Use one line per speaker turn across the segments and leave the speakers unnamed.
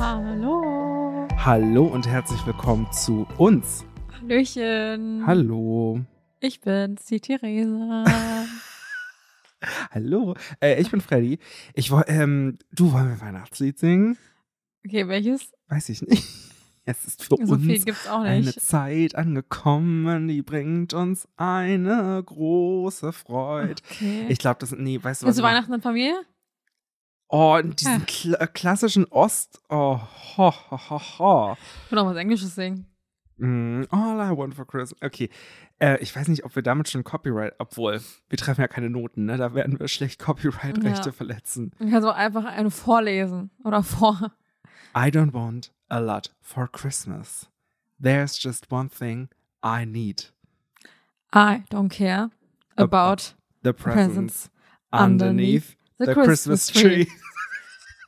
Hallo.
Hallo und herzlich willkommen zu uns.
Hallöchen.
Hallo.
Ich bin's, die Theresa.
Hallo. Äh, ich bin Freddy. Ich woll, ähm, du wollen wir Weihnachtslied singen?
Okay, welches?
Weiß ich nicht. Es ist für
So viel
uns
gibt's auch
eine
nicht.
Zeit angekommen, die bringt uns eine große Freude.
Okay.
Ich glaube, das nee, weißt du was?
Bist du
ich mach?
Weihnachten in Familie?
Oh, diesen kla klassischen Ost. Oh, ho, ho, ho, ho.
Ich will auch was Englisches singen.
Mm, all I want for Christmas. Okay. Äh, ich weiß nicht, ob wir damit schon Copyright, obwohl, wir treffen ja keine Noten, ne? Da werden wir schlecht Copyright-Rechte
Ja.
verletzen.
Du kannst auch einfach eine vorlesen. Oder vor.
I don't want a lot for Christmas. There's just one thing I need.
I don't care about
The presents,
Presents
underneath, the, Christmas, tree.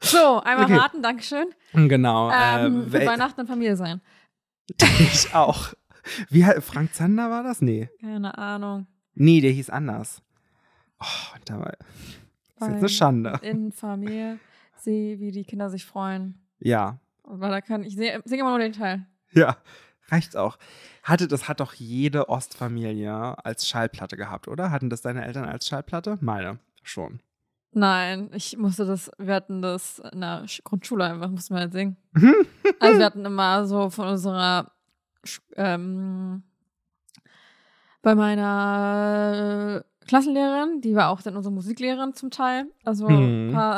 So, einmal
Okay.
raten, Dankeschön.
genau.
Ähm,
äh,
mit
wel-
Weihnachten in Familie sein.
ich auch. Wie, he- Frank Zander war das? Nee.
Keine Ahnung.
Nee, der hieß anders. Oh, da war, ist jetzt eine
Beim-
Schande.
In Familie. Sehe, wie die Kinder sich freuen.
Ja.
Weil da kann ich singe immer nur den Teil.
Ja, reicht auch. Hatte, das hat doch jede Ostfamilie als Schallplatte gehabt, oder? Hatten das deine Eltern als Schallplatte? Meine schon.
Nein, ich musste das, wir hatten das in der Sch- Grundschule einfach, mussten wir halt singen. also wir hatten immer so von unserer, Sch- ähm, bei meiner Klassenlehrerin, die war auch dann unsere Musiklehrerin zum Teil, also
Mhm.
ein paar,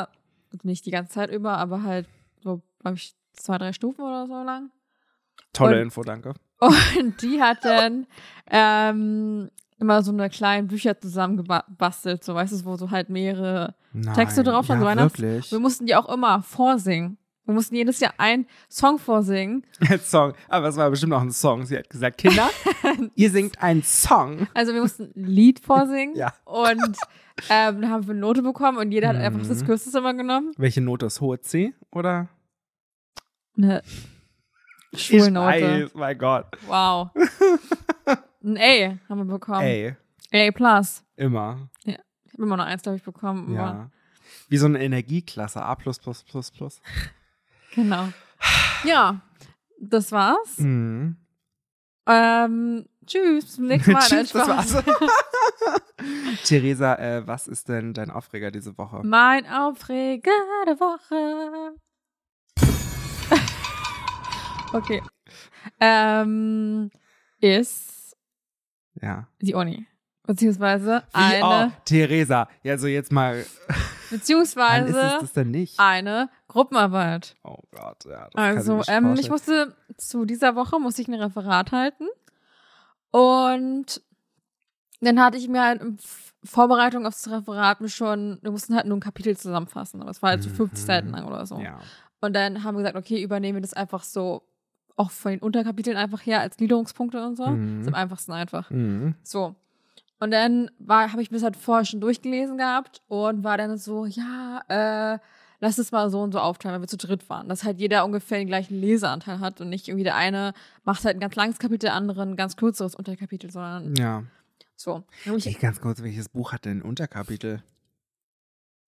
also nicht die ganze Zeit über, aber halt so, glaube ich, zwei, drei Stufen oder so lang.
Tolle
Und-
Info, danke.
Und die hat dann ähm, immer so eine kleine Bücher zusammengebastelt, so weißt du, wo so halt mehrere
Nein.
Texte drauf,
ja,
also Weihnachts-
wirklich.
Wir mussten die auch immer vorsingen. Wir mussten jedes Jahr einen Song vorsingen.
Als Song. Aber es war bestimmt auch ein Song. Sie hat gesagt, Kinder, ihr singt einen Song.
Also wir mussten ein Lied vorsingen.
Ja.
Und ähm, dann haben wir eine Note bekommen und jeder hat
Mhm.
einfach das Kürzeste immer genommen.
Welche Note ist hohe C, oder?
Eine Schulnote.
Ich weiß, mein Gott.
Wow. Ein A haben wir bekommen.
Ey,
A plus.
immer.
Ich habe immer noch eins, glaube ich, bekommen. aber-
Ja. Wie so eine Energieklasse. A.
Genau. Ja, das war's. Hm.
Mhm.
Ähm, tschüss, bis zum nächsten Mal. Nein,
Tschüss, das
Spaß.
war's. Theresa, äh, was ist denn dein Aufreger diese Woche?
Mein Aufreger der Woche. okay. Ähm, ist
Ja.
die Uni. Beziehungsweise
Wie auch,
eine,
Theresa, ja, also jetzt mal, wann ist es
beziehungsweise
das denn nicht?
eine Gruppenarbeit.
Oh Gott, ja, das kann
Also,
ich mir
ähm,
nicht
ich
vorstellen.
musste zu dieser Woche musste ich ein Referat halten. Und dann hatte ich mir halt in F- Vorbereitung aufs Referat schon, wir mussten halt nur ein Kapitel zusammenfassen, aber es war halt so 50
Mhm.
Seiten lang oder so.
Ja.
Und dann haben wir gesagt, okay, übernehmen wir das einfach so, auch von den Unterkapiteln einfach her als Gliederungspunkte und so.
Mhm.
Ist am einfachsten einfach.
Mhm.
So. Und dann habe ich mir das halt vorher schon durchgelesen gehabt und war dann so, ja, äh, lass es mal so und so aufteilen, weil wir zu dritt waren. Dass halt jeder ungefähr den gleichen Leseanteil hat und nicht irgendwie der eine macht halt ein ganz langes Kapitel, der andere ein ganz kürzeres Unterkapitel, sondern
ja.
so. Dann hab ich-
Ey, ganz kurz, welches Buch hat denn ein Unterkapitel?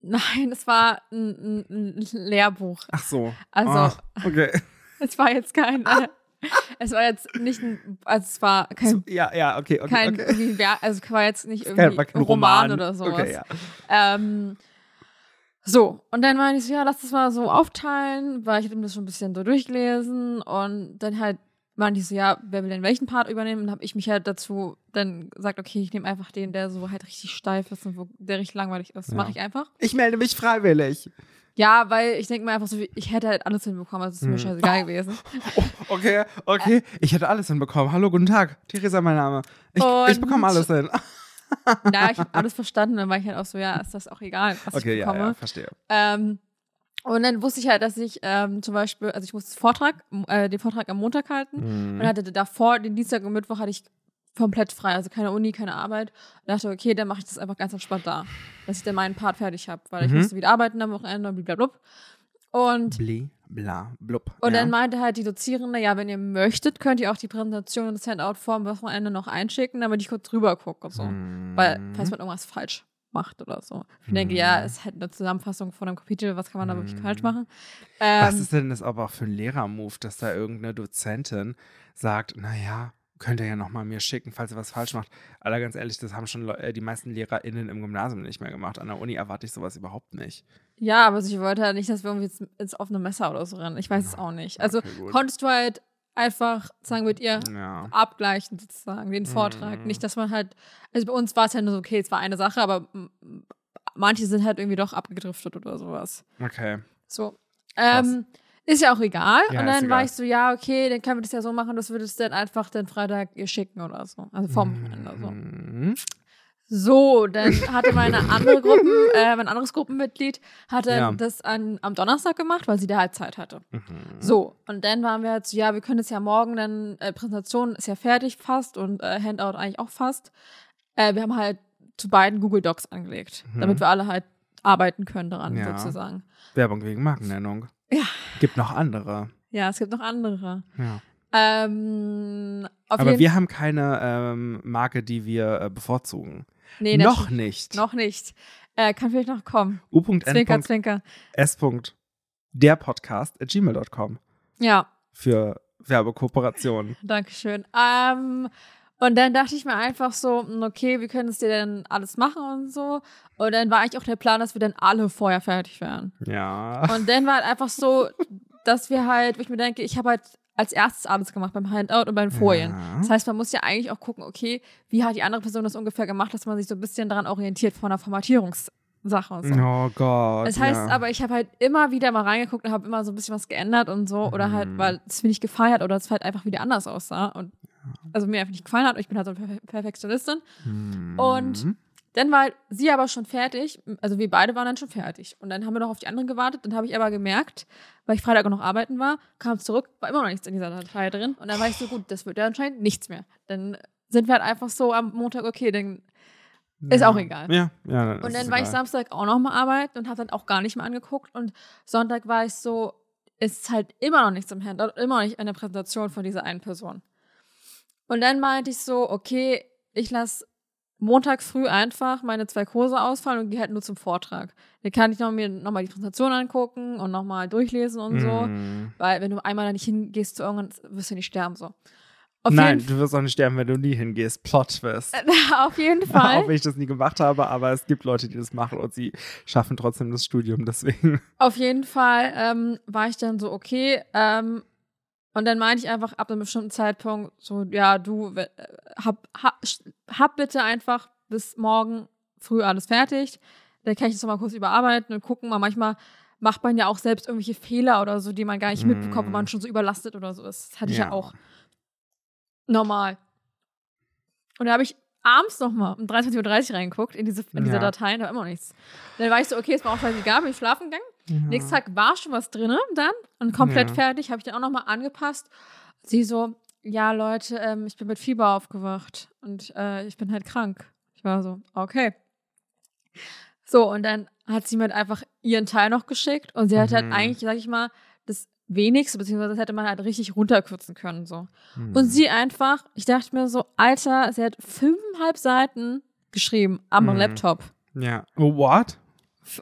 Nein, es war ein, ein, ein Lehrbuch.
Ach so.
Also,
Ah, okay.
Es war jetzt kein.
Ah.
Äh, es war jetzt nicht ein. Also es war kein.
ja, ja, okay, okay.
kein
okay.
irgendwie Wer- also es war jetzt nicht
Kein-
irgendwie
war
ein Roman, oder sowas.
Okay, ja.
ähm, so, und dann meinte ich so, ja, lass das mal so aufteilen, weil ich hatte mir das schon ein bisschen so durchgelesen und dann halt meinte ich so, ja, wer will denn welchen Part übernehmen? Und dann habe ich mich halt dazu dann gesagt, okay, ich nehme einfach den, der so halt richtig steif ist und wo, der richtig langweilig ist.
Ja.
Mache ich einfach.
Ich melde mich freiwillig.
Ja, weil ich denke mir einfach so, ich hätte halt alles hinbekommen, also es ist mir
Hm.
scheißegal gewesen.
Oh, okay, okay. Ich hätte alles hinbekommen. Hallo, guten Tag. Theresa, mein Name. Ich, ich
Und-
bekomme alles hin.
Ja, ich habe alles verstanden, dann war ich halt auch so, ja, ist das auch egal, was
Okay,
ich
ja, ja,
bekomme.
verstehe.
Ähm, und dann wusste ich halt, dass ich ähm, zum Beispiel, also ich musste Vortrag, äh, den Vortrag am Montag halten
Mhm.
und hatte davor, den Dienstag und Mittwoch hatte ich komplett frei, also keine Uni, keine Arbeit. Und dachte, okay, dann mache ich das einfach ganz entspannt da, dass ich dann meinen Part fertig habe, weil ich
Mhm.
musste wieder arbeiten am Wochenende und blablabla. Und,
Bli, bla, blub.
und
ja.
dann meinte halt die Dozierende, ja, wenn ihr möchtet, könnt ihr auch die Präsentation und das Handout vor dem Wochenende noch einschicken, damit ich kurz drüber gucke und so.
Mhm.
Weil, falls man irgendwas falsch macht oder so. Ich denke,
Mhm.
ja, ist halt eine Zusammenfassung von einem Kapitel, was kann man da wirklich
Mhm.
falsch machen?
Was
Ähm,
ist denn das aber auch für ein Lehrermove, dass da irgendeine Dozentin sagt, naja, könnt ihr ja nochmal mir schicken, falls ihr was falsch macht. Aller ganz ehrlich, das haben schon Leu- äh, die meisten LehrerInnen im Gymnasium nicht mehr gemacht. An der Uni erwarte ich sowas überhaupt nicht.
ja, aber ich wollte halt nicht, dass wir irgendwie ins, ins offene Messer oder so rennen. Ich weiß es auch nicht. Also
Okay, gut.
konntest du halt einfach sagen mit ihr
ja.
abgleichen sozusagen, den Vortrag.
Mhm.
Nicht, dass man halt, also bei uns war es ja nur so, okay, es war eine Sache, aber m- m- manche sind halt irgendwie doch abgedriftet oder sowas.
Okay.
So.
Krass.
Ähm, ist ja auch egal.
Ja,
und
ist
dann
egal.
war ich so, ja, okay, dann können wir das ja so machen, das würdest du dann einfach den Freitag ihr schicken oder so. Also vom
Mm.
Wochenende so.
Mhm.
So, dann hatte meine andere Gruppen, äh, mein anderes Gruppenmitglied hatte
Ja.
das an, am Donnerstag gemacht, weil sie da halt Zeit hatte.
Mhm.
So, und dann waren wir halt so, ja, wir können es ja morgen, dann äh, Präsentation ist ja fertig fast und äh, Handout eigentlich auch fast. Äh, wir haben halt zu beiden Google Docs angelegt,
Mhm.
damit wir alle halt arbeiten können daran
Ja.
sozusagen.
Werbung wegen Markennennung.
Ja.
Gibt noch andere.
Ja, es gibt noch andere.
Ja.
Ähm, auf
Aber
jeden
wir haben keine ähm, Marke, die wir äh, bevorzugen.
nee,
noch
natürlich
nicht.
Noch nicht. Äh, kann vielleicht noch kommen. Zwinker,
U.N.S.
zwinker.
Der Podcast at gmail.com
Ja,
für Werbekooperationen.
danke schön. Ähm, und dann dachte ich mir einfach so, mm, okay, wie können es dir denn alles machen und so. Und dann war eigentlich auch der Plan, dass wir dann alle vorher fertig wären.
Ja.
Und dann war halt einfach so, dass wir halt, wo ich mir denke, ich habe halt als erstes alles gemacht beim Handout und bei den Folien.
Ja.
Das heißt, man muss ja eigentlich auch gucken, okay, wie hat die andere Person das ungefähr gemacht, dass man sich so ein bisschen daran orientiert von einer Formatierungssache und so.
Oh Gott.
Das heißt
ja.
aber, ich habe halt immer wieder mal reingeguckt und habe immer so ein bisschen was geändert und so. Oder halt,
Mhm.
weil es mir nicht gefallen hat oder es halt einfach wieder anders aussah. Und also mir einfach nicht gefallen hat. Und ich bin halt so eine Perfe- Perfektionistin.
Hm.
und- Dann war sie aber schon fertig. Also wir beide waren dann schon fertig. Und dann haben wir noch auf die anderen gewartet. Dann habe ich aber gemerkt, weil ich Freitag auch noch arbeiten war, kam es zurück, war immer noch nichts in dieser Datei drin. Und dann war ich so, gut, das wird ja anscheinend nichts mehr. Dann sind wir halt einfach so am Montag, okay, dann Ist
ja.
auch egal.
Ja, ja. Dann ist
Und
es
dann war ich
egal.
Samstag auch nochmal arbeiten und habe dann auch gar nicht mehr angeguckt. Und Sonntag war ich so, es ist halt immer noch nichts im Handout, immer noch nicht eine Präsentation von dieser einen Person. Und dann meinte ich so, okay, ich lasse Montag früh einfach meine zwei Kurse ausfallen und gehe halt nur zum Vortrag. Dann kann ich noch, mir nochmal die Präsentation angucken und nochmal durchlesen und so.
Hm.
Weil wenn du einmal da nicht hingehst zu irgendwas, wirst du nicht sterben so. Auf
Nein,
jeden,
du wirst auch nicht sterben, wenn du nie hingehst. Plot Twist.
auf jeden Fall.
Auch wenn ich das nie gemacht habe, aber es gibt Leute, die das machen und sie schaffen trotzdem das Studium. Deswegen.
Auf jeden Fall ähm, war ich dann so, okay. Ähm, und dann meinte ich einfach ab einem bestimmten Zeitpunkt so, ja, du, we- äh, hab, hab, sch- hab bitte einfach bis morgen früh alles fertig. Dann kann ich das nochmal kurz überarbeiten und gucken, weil manchmal macht man ja auch selbst irgendwelche Fehler oder so, die man gar nicht
Mm.
mitbekommt, wenn man schon so überlastet oder so ist. Das hatte ich ja
Ja.
auch. Normal. Und da habe ich abends nochmal um 23.30 Uhr reingeguckt in, diese, in diese
Ja.
Dateien, da war immer noch nichts. Dann war ich so, okay, ist mir auch scheißegal, bin ich schlafen gegangen.
Ja.
Nächsten Tag war schon was drin dann und komplett
Hm. Ja.
fertig, habe ich dann auch nochmal angepasst. Sie so, ja Leute, ähm, ich bin mit Fieber aufgewacht und äh, ich bin halt krank. Ich war so, okay. So, und dann hat sie mir halt einfach ihren Teil noch geschickt und sie hat halt
Mhm.
eigentlich, sag ich mal, das wenigste, beziehungsweise das hätte man halt richtig runterkürzen können. so.
Hm.
Und sie einfach, ich dachte mir so, Alter, sie hat fünfeinhalb Seiten geschrieben am
Mhm.
Laptop.
Ja. Oh, What?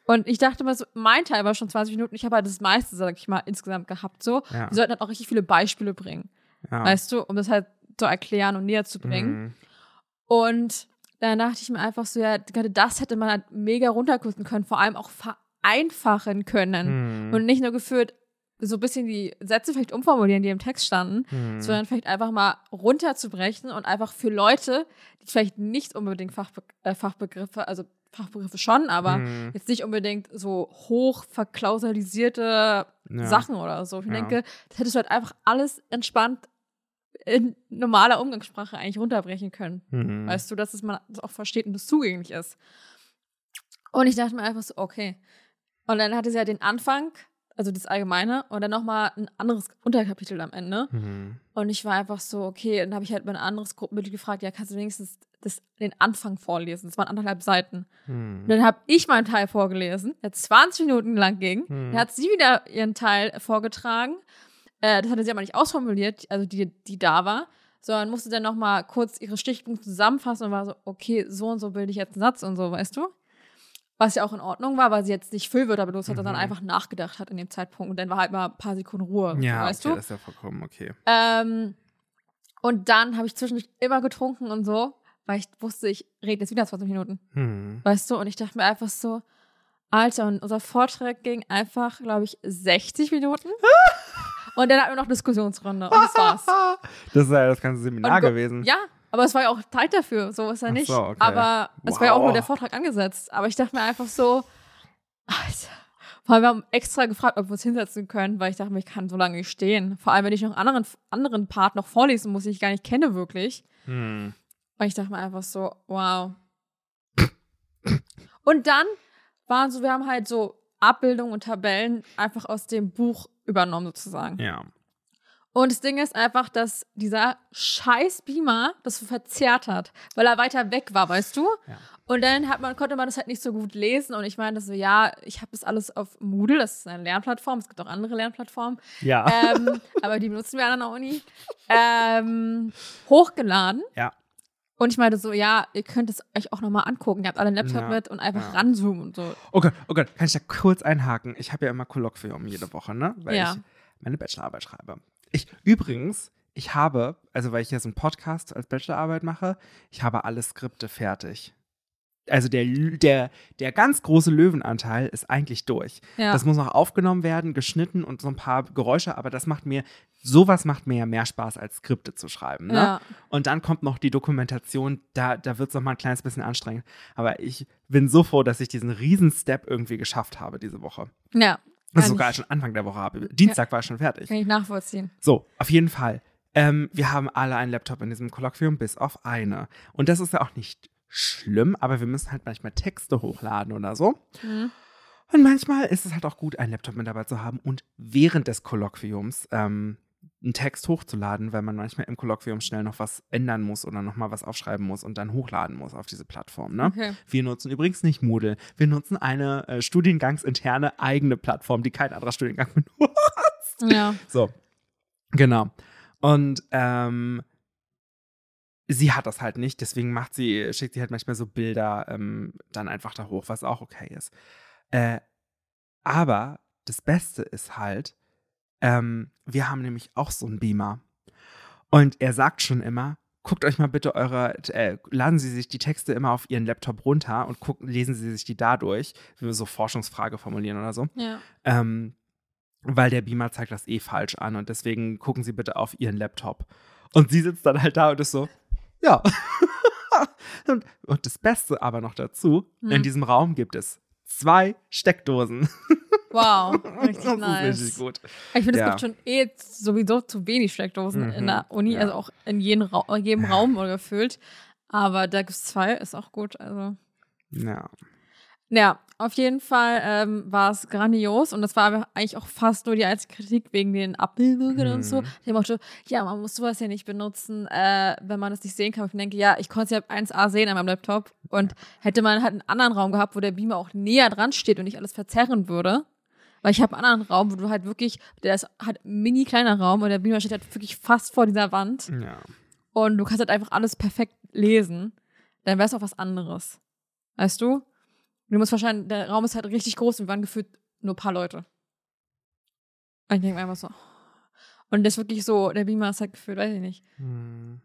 Und ich dachte mal so, mein Teil war schon 20 Minuten, ich habe halt das meiste, sag ich mal, insgesamt gehabt so.
Ja.
Wir sollten halt auch richtig viele Beispiele bringen,
ja.
weißt du, um das halt zu erklären und näher zu bringen.
Mhm.
Und dann dachte ich mir einfach so, ja, gerade das hätte man halt mega runterkürzen können, vor allem auch vereinfachen können.
Mhm.
Und nicht nur geführt, so ein bisschen die Sätze vielleicht umformulieren, die im Text standen,
Mhm.
sondern vielleicht einfach mal runterzubrechen und einfach für Leute, die vielleicht nicht unbedingt Fachbe äh, Fachbegriffe, also Fachbegriffe schon, aber
Mhm.
jetzt nicht unbedingt so hoch verklausalisierte
Ja.
Sachen oder so. Ich
Ja.
denke, das hättest du halt einfach alles entspannt in normaler Umgangssprache eigentlich runterbrechen können.
Mhm.
Weißt du, dass es man das auch versteht und es zugänglich ist. Und ich dachte mir einfach so, okay. Und dann hatte sie ja den Anfang, also das Allgemeine, und dann nochmal ein anderes Unterkapitel am Ende.
Mhm.
Und ich war einfach so, okay, dann habe ich halt mein anderes Gruppenmitglied gefragt, ja, kannst du wenigstens das, den Anfang vorlesen? Das waren anderthalb Seiten.
Mhm.
Und dann habe ich meinen Teil vorgelesen, der 20 Minuten lang ging.
Mhm.
Dann hat sie wieder ihren Teil vorgetragen. Äh, das hatte sie aber nicht ausformuliert, also die, die da war, sondern musste dann nochmal kurz ihre Stichpunkte zusammenfassen und war so, okay, so und so bilde ich jetzt einen Satz und so, weißt du? Was ja auch in Ordnung war, weil sie jetzt nicht Füllwörter benutzt hat,
Mhm.
sondern einfach nachgedacht hat in dem Zeitpunkt. Und dann war halt mal ein paar Sekunden Ruhe,
Ja,
weißt
okay,
du?
das ist ja vollkommen okay.
Ähm, und dann habe ich zwischendurch immer getrunken und so, weil ich wusste, ich rede jetzt wieder 20 Minuten,
Hm.
weißt du? Und ich dachte mir einfach so, Alter, und unser Vortrag ging einfach, glaube ich, 60 Minuten. und dann hatten wir noch Diskussionsrunde und das war's.
Das ist ja das ganze Seminar
Und go-
gewesen.
Ja, aber es war ja auch Zeit dafür, so ist ja
Ach
nicht.
so, okay.
Aber es war ja auch
Wow.
nur der Vortrag angesetzt. Aber ich dachte mir einfach so, Alter. Vor allem, wir haben extra gefragt, ob wir uns hinsetzen können, weil ich dachte mir, ich kann so lange nicht stehen. Vor allem, wenn ich noch einen anderen, anderen Part noch vorlesen muss, den ich gar nicht kenne wirklich.
Hm.
Und ich dachte mir einfach so, wow. Und dann waren so, wir haben halt so Abbildungen und Tabellen einfach aus dem Buch übernommen sozusagen.
Ja.
Und das Ding ist einfach, dass dieser scheiß Beamer das so verzerrt hat, weil er weiter weg war, weißt du?
Ja.
Und dann hat man, konnte man das halt nicht so gut lesen. Und ich meine, so, ja, ich habe das alles auf Moodle, das ist eine Lernplattform, es gibt auch andere Lernplattformen,
Ja.
ähm, aber die benutzen wir an der Uni, ähm, hochgeladen.
Ja.
Und ich meinte so, ja, ihr könnt es euch auch nochmal angucken. Ihr habt alle einen Laptop
Ja.
mit und einfach
Ja.
ranzoomen und so.
Oh Gott, oh Gott, kann ich da kurz einhaken? Ich habe ja immer Kolloquium jede Woche, ne? Weil
Ja.
ich meine Bachelorarbeit schreibe. Ich, übrigens, ich habe, also weil ich jetzt einen Podcast als Bachelorarbeit mache, ich habe alle Skripte fertig. Also der, Lü- der, der ganz große Löwenanteil ist eigentlich durch.
Ja.
Das muss noch aufgenommen werden, geschnitten und so ein paar Geräusche, aber das macht mir, sowas macht mir ja mehr Spaß, als Skripte zu schreiben. Ne?
Ja.
Und dann kommt noch die Dokumentation, da, da wird es nochmal ein kleines bisschen anstrengend. Aber ich bin so froh, dass ich diesen riesen Step irgendwie geschafft habe diese Woche.
ja.
Das
Kann
sogar
ich,
schon Anfang der Woche habe. Dienstag war ich schon fertig.
kann ich nachvollziehen.
So, auf jeden Fall. Ähm, wir haben alle einen Laptop in diesem Kolloquium, bis auf eine. Und das ist ja auch nicht schlimm, aber wir müssen halt manchmal Texte hochladen oder so.
Mhm.
Und manchmal ist es halt auch gut, einen Laptop mit dabei zu haben und während des Kolloquiums ähm, einen Text hochzuladen, weil man manchmal im Kolloquium schnell noch was ändern muss oder nochmal was aufschreiben muss und dann hochladen muss auf diese Plattform. Ne?
Okay.
Wir nutzen übrigens nicht Moodle. Wir nutzen eine äh, studiengangsinterne eigene Plattform, die kein anderer Studiengang benutzt.
Ja.
So, genau. Und ähm, sie hat das halt nicht, deswegen macht sie, schickt sie halt manchmal so Bilder ähm, dann einfach da hoch, was auch okay ist. Äh, aber das Beste ist halt, ähm, wir haben nämlich auch so einen Beamer. Und er sagt schon immer, guckt euch mal bitte eure, äh, laden Sie sich die Texte immer auf Ihren Laptop runter und gucken, lesen Sie sich die dadurch, wenn wir so Forschungsfrage formulieren oder so.
Ja.
Ähm, weil der Beamer zeigt das eh falsch an und deswegen gucken Sie bitte auf Ihren Laptop. Und sie sitzt dann halt da und ist so, ja. und, und das Beste aber noch dazu,
Hm.
in diesem Raum gibt es zwei Steckdosen.
Wow,
das
richtig
ist
nice.
richtig gut.
Ich finde, es
Ja.
gibt schon eh sowieso zu wenig Steckdosen
Mhm,
in der Uni,
ja.
also auch in jedem, Ra in jedem
Ja.
Raum oder gefühlt. Aber da gibt es zwei, ist auch gut. Also.
Ja.
Ja, auf jeden Fall ähm, war es grandios und das war aber eigentlich auch fast nur die einzige Kritik wegen den Abbildungen
Mhm.
und so. Ich dachte, ja, man muss sowas ja nicht benutzen, äh, wenn man das nicht sehen kann. Ich denke, ja, ich konnte es ja 1A sehen an meinem Laptop und hätte man halt einen anderen Raum gehabt, wo der Beamer auch näher dran steht und nicht alles verzerren würde. Weil ich habe einen anderen Raum, wo du halt wirklich, der ist halt ein mini kleiner Raum und der Beamer steht halt wirklich fast vor dieser Wand
ja.
und du kannst halt einfach alles perfekt lesen, dann wäre es auch was anderes. Weißt du? Du musst wahrscheinlich, der Raum ist halt richtig groß und wir waren gefühlt nur ein paar Leute. Und ich denke mir einfach so. Und das ist wirklich so, der Beamer ist halt gefühlt, weiß ich nicht,
Hm.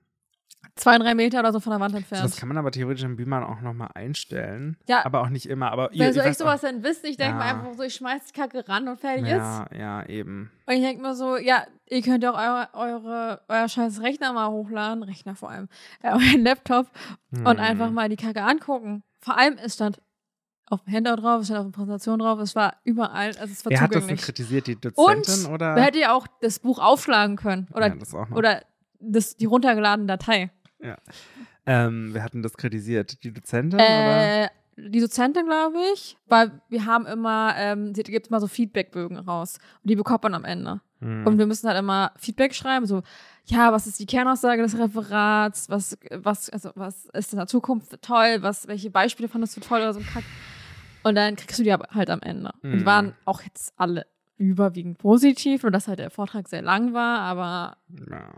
zwei, drei Meter oder so von der Wand
So,
entfernt.
das kann man aber theoretisch im Beamer auch nochmal einstellen.
Ja.
Aber auch nicht immer. Aber ihr,
Wer soll
ihr
ich
wisst auch-
sowas denn wissen? Ich denke
Ja.
mir einfach so, ich schmeiß die Kacke ran und fertig ist.
Ja, ja, eben.
Und ich denke mir so, ja, ihr könnt auch eure, eure, euer scheiß Rechner mal hochladen, Rechner vor allem, äh, euren Laptop und
Hm.
einfach mal die Kacke angucken. Vor allem, es stand auf dem Handout drauf, es stand auf der Präsentation drauf, es war überall, also es war
Wer hat das denn
zugänglich.
kritisiert? Die
und
Dozentin oder?
man hätte ja auch das Buch aufschlagen können oder,
ja, das auch noch.
oder das, die runtergeladene Datei.
Ähm, wir hatten das kritisiert. Die Dozentin oder?
Äh, die Dozentin, glaube ich, weil wir haben immer, ähm, sie gibt immer so Feedbackbögen raus und die bekommt man am Ende.
Hm.
Und wir müssen halt immer Feedback schreiben, so, ja, was ist die Kernaussage des Referats, was, was, also, was ist in der Zukunft toll, was, welche Beispiele fandest du toll oder so ein Kack. Und dann kriegst du die ab- halt am Ende. Und die
Mhm.
waren auch jetzt alle überwiegend positiv, nur dass halt der Vortrag sehr lang war, aber
ja.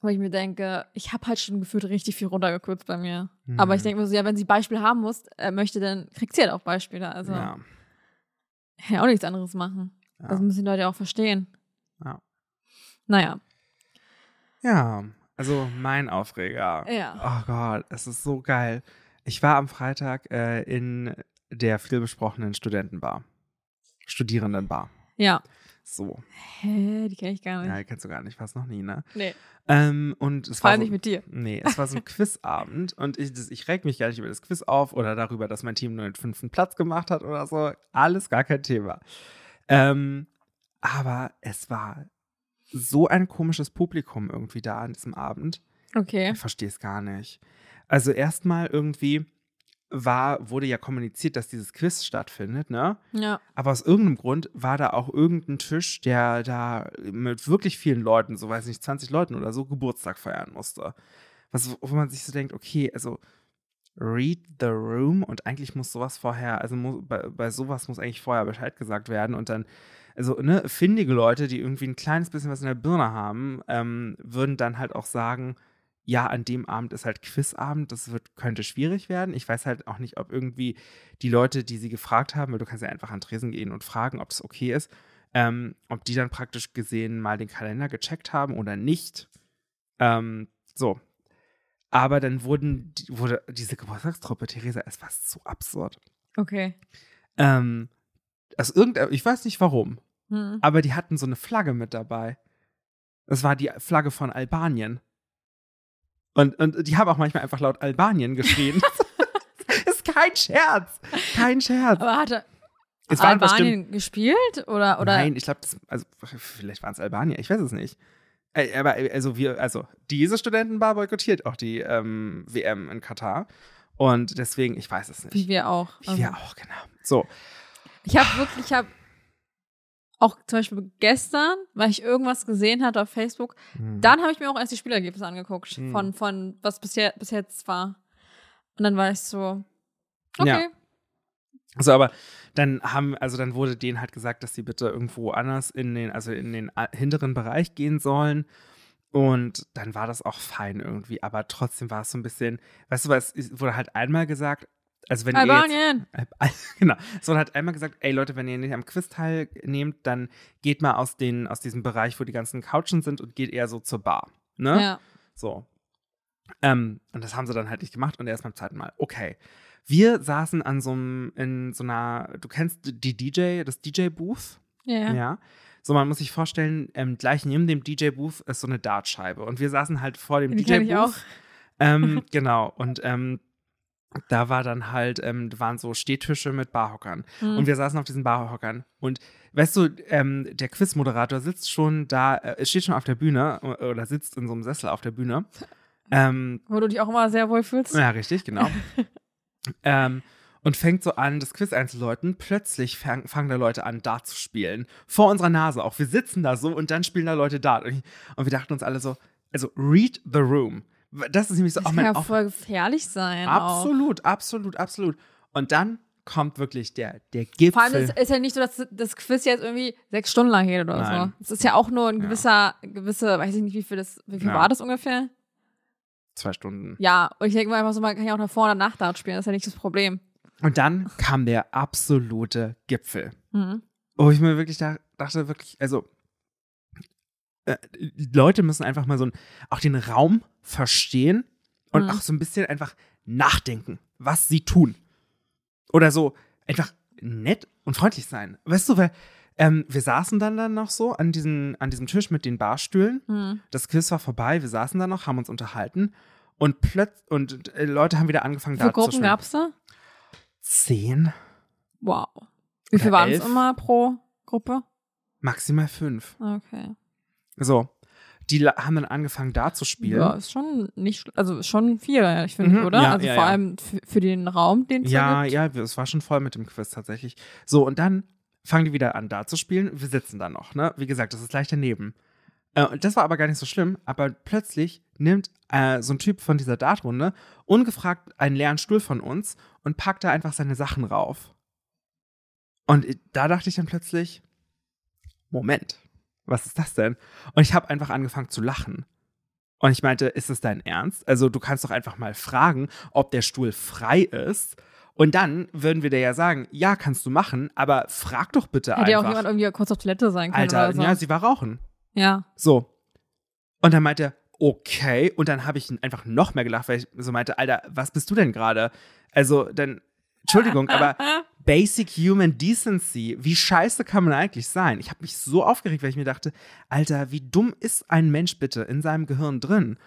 Wo ich mir denke, ich habe halt schon gefühlt richtig viel runtergekürzt bei mir. Aber ich
Mhm.
denke mir so, ja, wenn sie Beispiele haben muss, äh, möchte, dann kriegt sie halt auch Beispiele. Also
ja,
kann ja auch nichts anderes machen.
ja.
Das müssen die Leute auch verstehen.
Ja.
Naja,
ja, also mein Aufreger.
ja.
Oh Gott, es ist so geil. Ich war am Freitag äh, in der vielbesprochenen Studentenbar. Studierendenbar.
Ja.
So.
Hä, die kenne ich gar nicht.
Ja, die kennst du gar nicht, warst noch nie, ne?
Nee,
Ähm, und es
vor
war
allem
so,
nicht mit dir.
Nee, es war so ein Quizabend und ich, das, ich reg mich gar nicht über das Quiz auf oder darüber, dass mein Team nur den fünften Platz gemacht hat oder so. Alles gar kein Thema. Ähm, aber es war so ein komisches Publikum irgendwie da an diesem Abend.
Okay.
Ich verstehe es gar nicht. Also erstmal irgendwie war, wurde ja kommuniziert, dass dieses Quiz stattfindet, ne?
Ja.
Aber aus irgendeinem Grund war da auch irgendein Tisch, der da mit wirklich vielen Leuten, so weiß nicht, 20 Leuten oder so, Geburtstag feiern musste. Was, wo man sich so denkt, okay, also read the room und eigentlich muss sowas vorher, also mu- bei, bei sowas muss eigentlich vorher Bescheid gesagt werden und dann, also ne, findige Leute, die irgendwie ein kleines bisschen was in der Birne haben, ähm, würden dann halt auch sagen, ja, an dem Abend ist halt Quizabend, das wird, könnte schwierig werden. Ich weiß halt auch nicht, ob irgendwie die Leute, die sie gefragt haben, weil du kannst ja einfach an den Tresen gehen und fragen, ob es okay ist, ähm, ob die dann praktisch gesehen mal den Kalender gecheckt haben oder nicht. Ähm, so. Aber dann wurden, die- wurde diese Geburtstagstruppe, Theresa, es war so absurd.
Okay.
Ähm, aus irgendeinem, ich weiß nicht warum,
Hm.
aber die hatten so eine Flagge mit dabei. Das war die Flagge von Albanien. Und, und die haben auch manchmal einfach laut Albanien geschrien. das ist kein Scherz. Kein Scherz.
Aber hatte
Es waren bestimmt-
Albanien gespielt? Oder, oder?
Nein, ich glaube, also vielleicht waren es Albanier, ich weiß es nicht. Äh, Aber äh, also wir, also diese Studentenbar boykottiert auch die ähm, WM in Katar. Und deswegen, ich weiß es
Wie Oh.
nicht.
wir auch. Also,
Wie wir auch, genau. So.
Ich habe wirklich, ich habe auch zum Beispiel gestern, weil ich irgendwas gesehen hatte auf Facebook, dann habe ich mir auch erst die Spielergebnisse angeguckt,
Hm.
von, von was bisher, bis jetzt war. Und dann war ich so,
Ja.
okay,
So, aber dann haben, also dann wurde denen halt gesagt, dass sie bitte irgendwo anders in den, also in den a- hinteren Bereich gehen sollen. Und dann war das auch fein irgendwie, aber trotzdem war es so ein bisschen, weißt du was, es wurde halt einmal gesagt, also wenn ihr jetzt,
Albanien.
Al- genau. So und hat einmal gesagt, ey Leute, wenn ihr nicht am Quiz teilnehmt, dann geht mal aus, den, aus diesem Bereich, wo die ganzen Couchen sind und geht eher so zur Bar. Ne?
Ja.
So. Ähm, und das haben sie dann halt nicht gemacht und erst beim zweiten Mal. Okay. Wir saßen an so einem, in so einer, du kennst die DJ, das DJ-Booth?
Ja.
Ja.
ja.
So, man muss sich vorstellen, ähm, gleich neben dem DJ-Booth ist so eine Dartscheibe. Und wir saßen halt vor dem
Die kenn ich auch.
DJ-Booth. Ähm, genau. Und ähm, da war dann halt, ähm, waren so Stehtische mit Barhockern.
Hm.
Und wir saßen auf diesen Barhockern. Und weißt du, ähm, der Quizmoderator sitzt schon da, äh, steht schon auf der Bühne äh, oder sitzt in so einem Sessel auf der Bühne. Ähm,
Wo du dich auch immer sehr wohl fühlst.
ja, richtig, genau. ähm, und fängt so an, das Quiz einzuläuten. Plötzlich fang, fangen da Leute an, Dart zu spielen. Vor unserer Nase auch. Wir sitzen da so und dann spielen da Leute Dart. Und, ich, und wir dachten uns alle so, also read the room. Das ist nämlich so
Das
auch
kann
mein
ja
Auf-
voll gefährlich sein. Auch.
Absolut, absolut, absolut. Und dann kommt wirklich der, der Gipfel.
Vor allem ist, ist ja nicht so, dass das Quiz jetzt irgendwie sechs Stunden lang geht oder
Nein.
so. Es ist ja auch nur ein
Ja.
gewisser, gewisse, weiß ich nicht, wie viel das, wie viel
Ja.
war das ungefähr?
Zwei Stunden.
Ja, und ich denke mal einfach so, man kann ja auch nach vorne und nach Dart spielen, das ist ja nicht das Problem.
Und dann kam der absolute Gipfel.
Mhm.
Wo ich mir wirklich da, dachte, wirklich, also äh, die Leute müssen einfach mal so ein, auch den Raum verstehen und
Mhm.
auch so ein bisschen einfach nachdenken, was sie tun. Oder so einfach nett und freundlich sein. Weißt du, weil ähm, wir saßen dann dann noch so an, diesen, an diesem Tisch mit den Barstühlen
Mhm.
das Quiz war vorbei, wir saßen da noch, haben uns unterhalten und plötzlich und äh, Leute haben wieder angefangen
Wie viele
Dart zu
Gruppen
spielen.
gab es da?
Zehn,
Wow. Wie viel
Oder
waren es
elf?
immer pro Gruppe?
maximal fünf.
Okay.
So, die la- haben dann angefangen Dart zu spielen.
Ja, ist schon nicht, schl- also ist schon viel, ich finde,
Mhm.
oder?
Ja,
also
ja,
vor
ja.
allem f- für den Raum, den es da
Ja,
gibt.
ja, wir- es war schon voll mit dem Quiz tatsächlich. So, und dann fangen die wieder an, da zu spielen. Wir sitzen da noch, ne? Wie gesagt, das ist gleich daneben. Äh, und das war aber gar nicht so schlimm, aber plötzlich nimmt äh, so ein Typ von dieser Dartrunde ungefragt einen leeren Stuhl von uns und packt da einfach seine Sachen rauf. Und i- da dachte ich dann plötzlich, Moment, was ist das denn? Und ich habe einfach angefangen zu lachen. Und ich meinte, ist es dein Ernst? Also du kannst doch einfach mal fragen, ob der Stuhl frei ist. Und dann würden wir dir ja sagen, ja, kannst du machen, aber frag doch bitte
Hätte ja auch
einfach.
jemand irgendwie kurz auf Toilette sein können
Alter,
oder so.
ja, sie war rauchen.
ja.
So. Und dann meinte er, okay. Und dann habe ich ihn einfach noch mehr gelacht, weil ich so meinte, Alter, was bist du denn gerade? Also, dann, Entschuldigung, aber Basic Human Decency, wie scheiße kann man eigentlich sein? Ich habe mich so aufgeregt, weil ich mir dachte, Alter, wie dumm ist ein Mensch bitte in seinem Gehirn drin?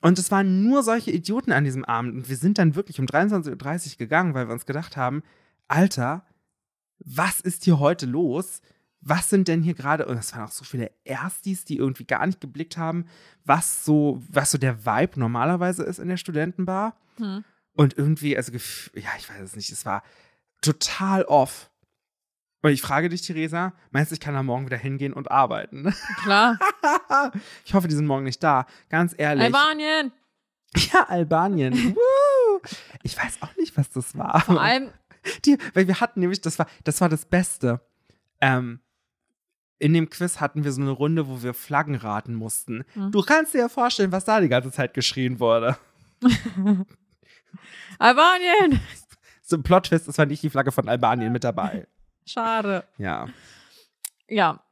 Und es waren nur solche Idioten an diesem Abend. Und wir sind dann wirklich um 23.30 Uhr gegangen, weil wir uns gedacht haben, Alter, was ist hier heute los? Was sind denn hier gerade? Und es waren auch so viele Erstis, die irgendwie gar nicht geblickt haben, was so, was so der Vibe normalerweise ist in der Studentenbar.
Hm.
Und irgendwie, also, gef- ja, ich weiß es nicht, es war total off. Und ich frage dich, Theresa, meinst du, ich kann da morgen wieder hingehen und arbeiten?
Klar.
ich hoffe, die sind morgen nicht da. Ganz ehrlich.
Albanien.
ja, Albanien. Woo! Ich weiß auch nicht, was das war.
Vor allem,
Die, weil wir hatten nämlich, das war, das war das Beste. Ähm, in dem Quiz hatten wir so eine Runde, wo wir Flaggen raten mussten.
Mhm.
Du kannst dir ja vorstellen, was da die ganze Zeit geschrien wurde.
Albanien.
So ein Plot-Twist, es war nicht die Flagge von Albanien mit dabei.
Schade.
Ja.
Ja.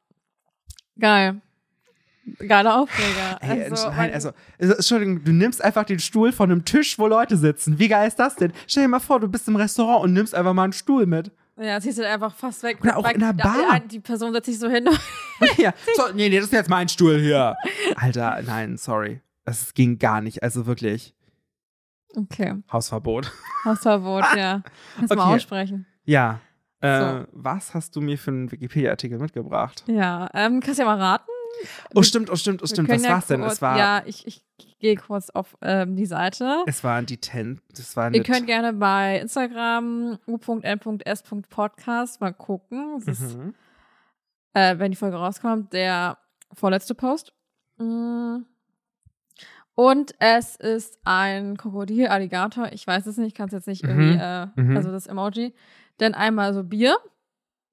Geil. Geiler Aufreger.
Ey,
also,
also,
mein-
nein, also, also, Entschuldigung, du nimmst einfach den Stuhl von einem Tisch, wo Leute sitzen. Wie geil ist das denn? Stell dir mal vor, du bist im Restaurant und nimmst einfach mal einen Stuhl mit.
ja, ziehst du dann einfach fast weg.
Oder auch
Weil
in der
die-
Bar.
Die Person setzt sich so hin.
ja. So, nee, nee, das ist jetzt mein Stuhl hier. Alter, nein, sorry. Es ging gar nicht. Also wirklich,
Okay.
Hausverbot.
Hausverbot, ja. Kannst mal
Ah. Okay.
aussprechen.
Ja. Äh, Was hast du mir für einen Wikipedia-Artikel mitgebracht?
Ja. Ähm, kannst du ja mal raten?
Oh,
Wir-
stimmt, oh, stimmt, oh,
Wir
stimmt.
können
Was
ja
war's denn?
kurz-
Es war,
Ja, ich, ich gehe kurz auf ähm, die Seite.
es war die Ten, das war eine
Ihr könnt gerne bei Instagram u.n.s.podcast mal gucken. Das ist,
Mhm.
äh, wenn die Folge rauskommt, der vorletzte Post. Mm. Und es ist ein Krokodil, Alligator, ich weiß es nicht, kann es jetzt nicht
Mhm.
irgendwie, äh,
Mhm.
also das Emoji. Dann einmal so Bier,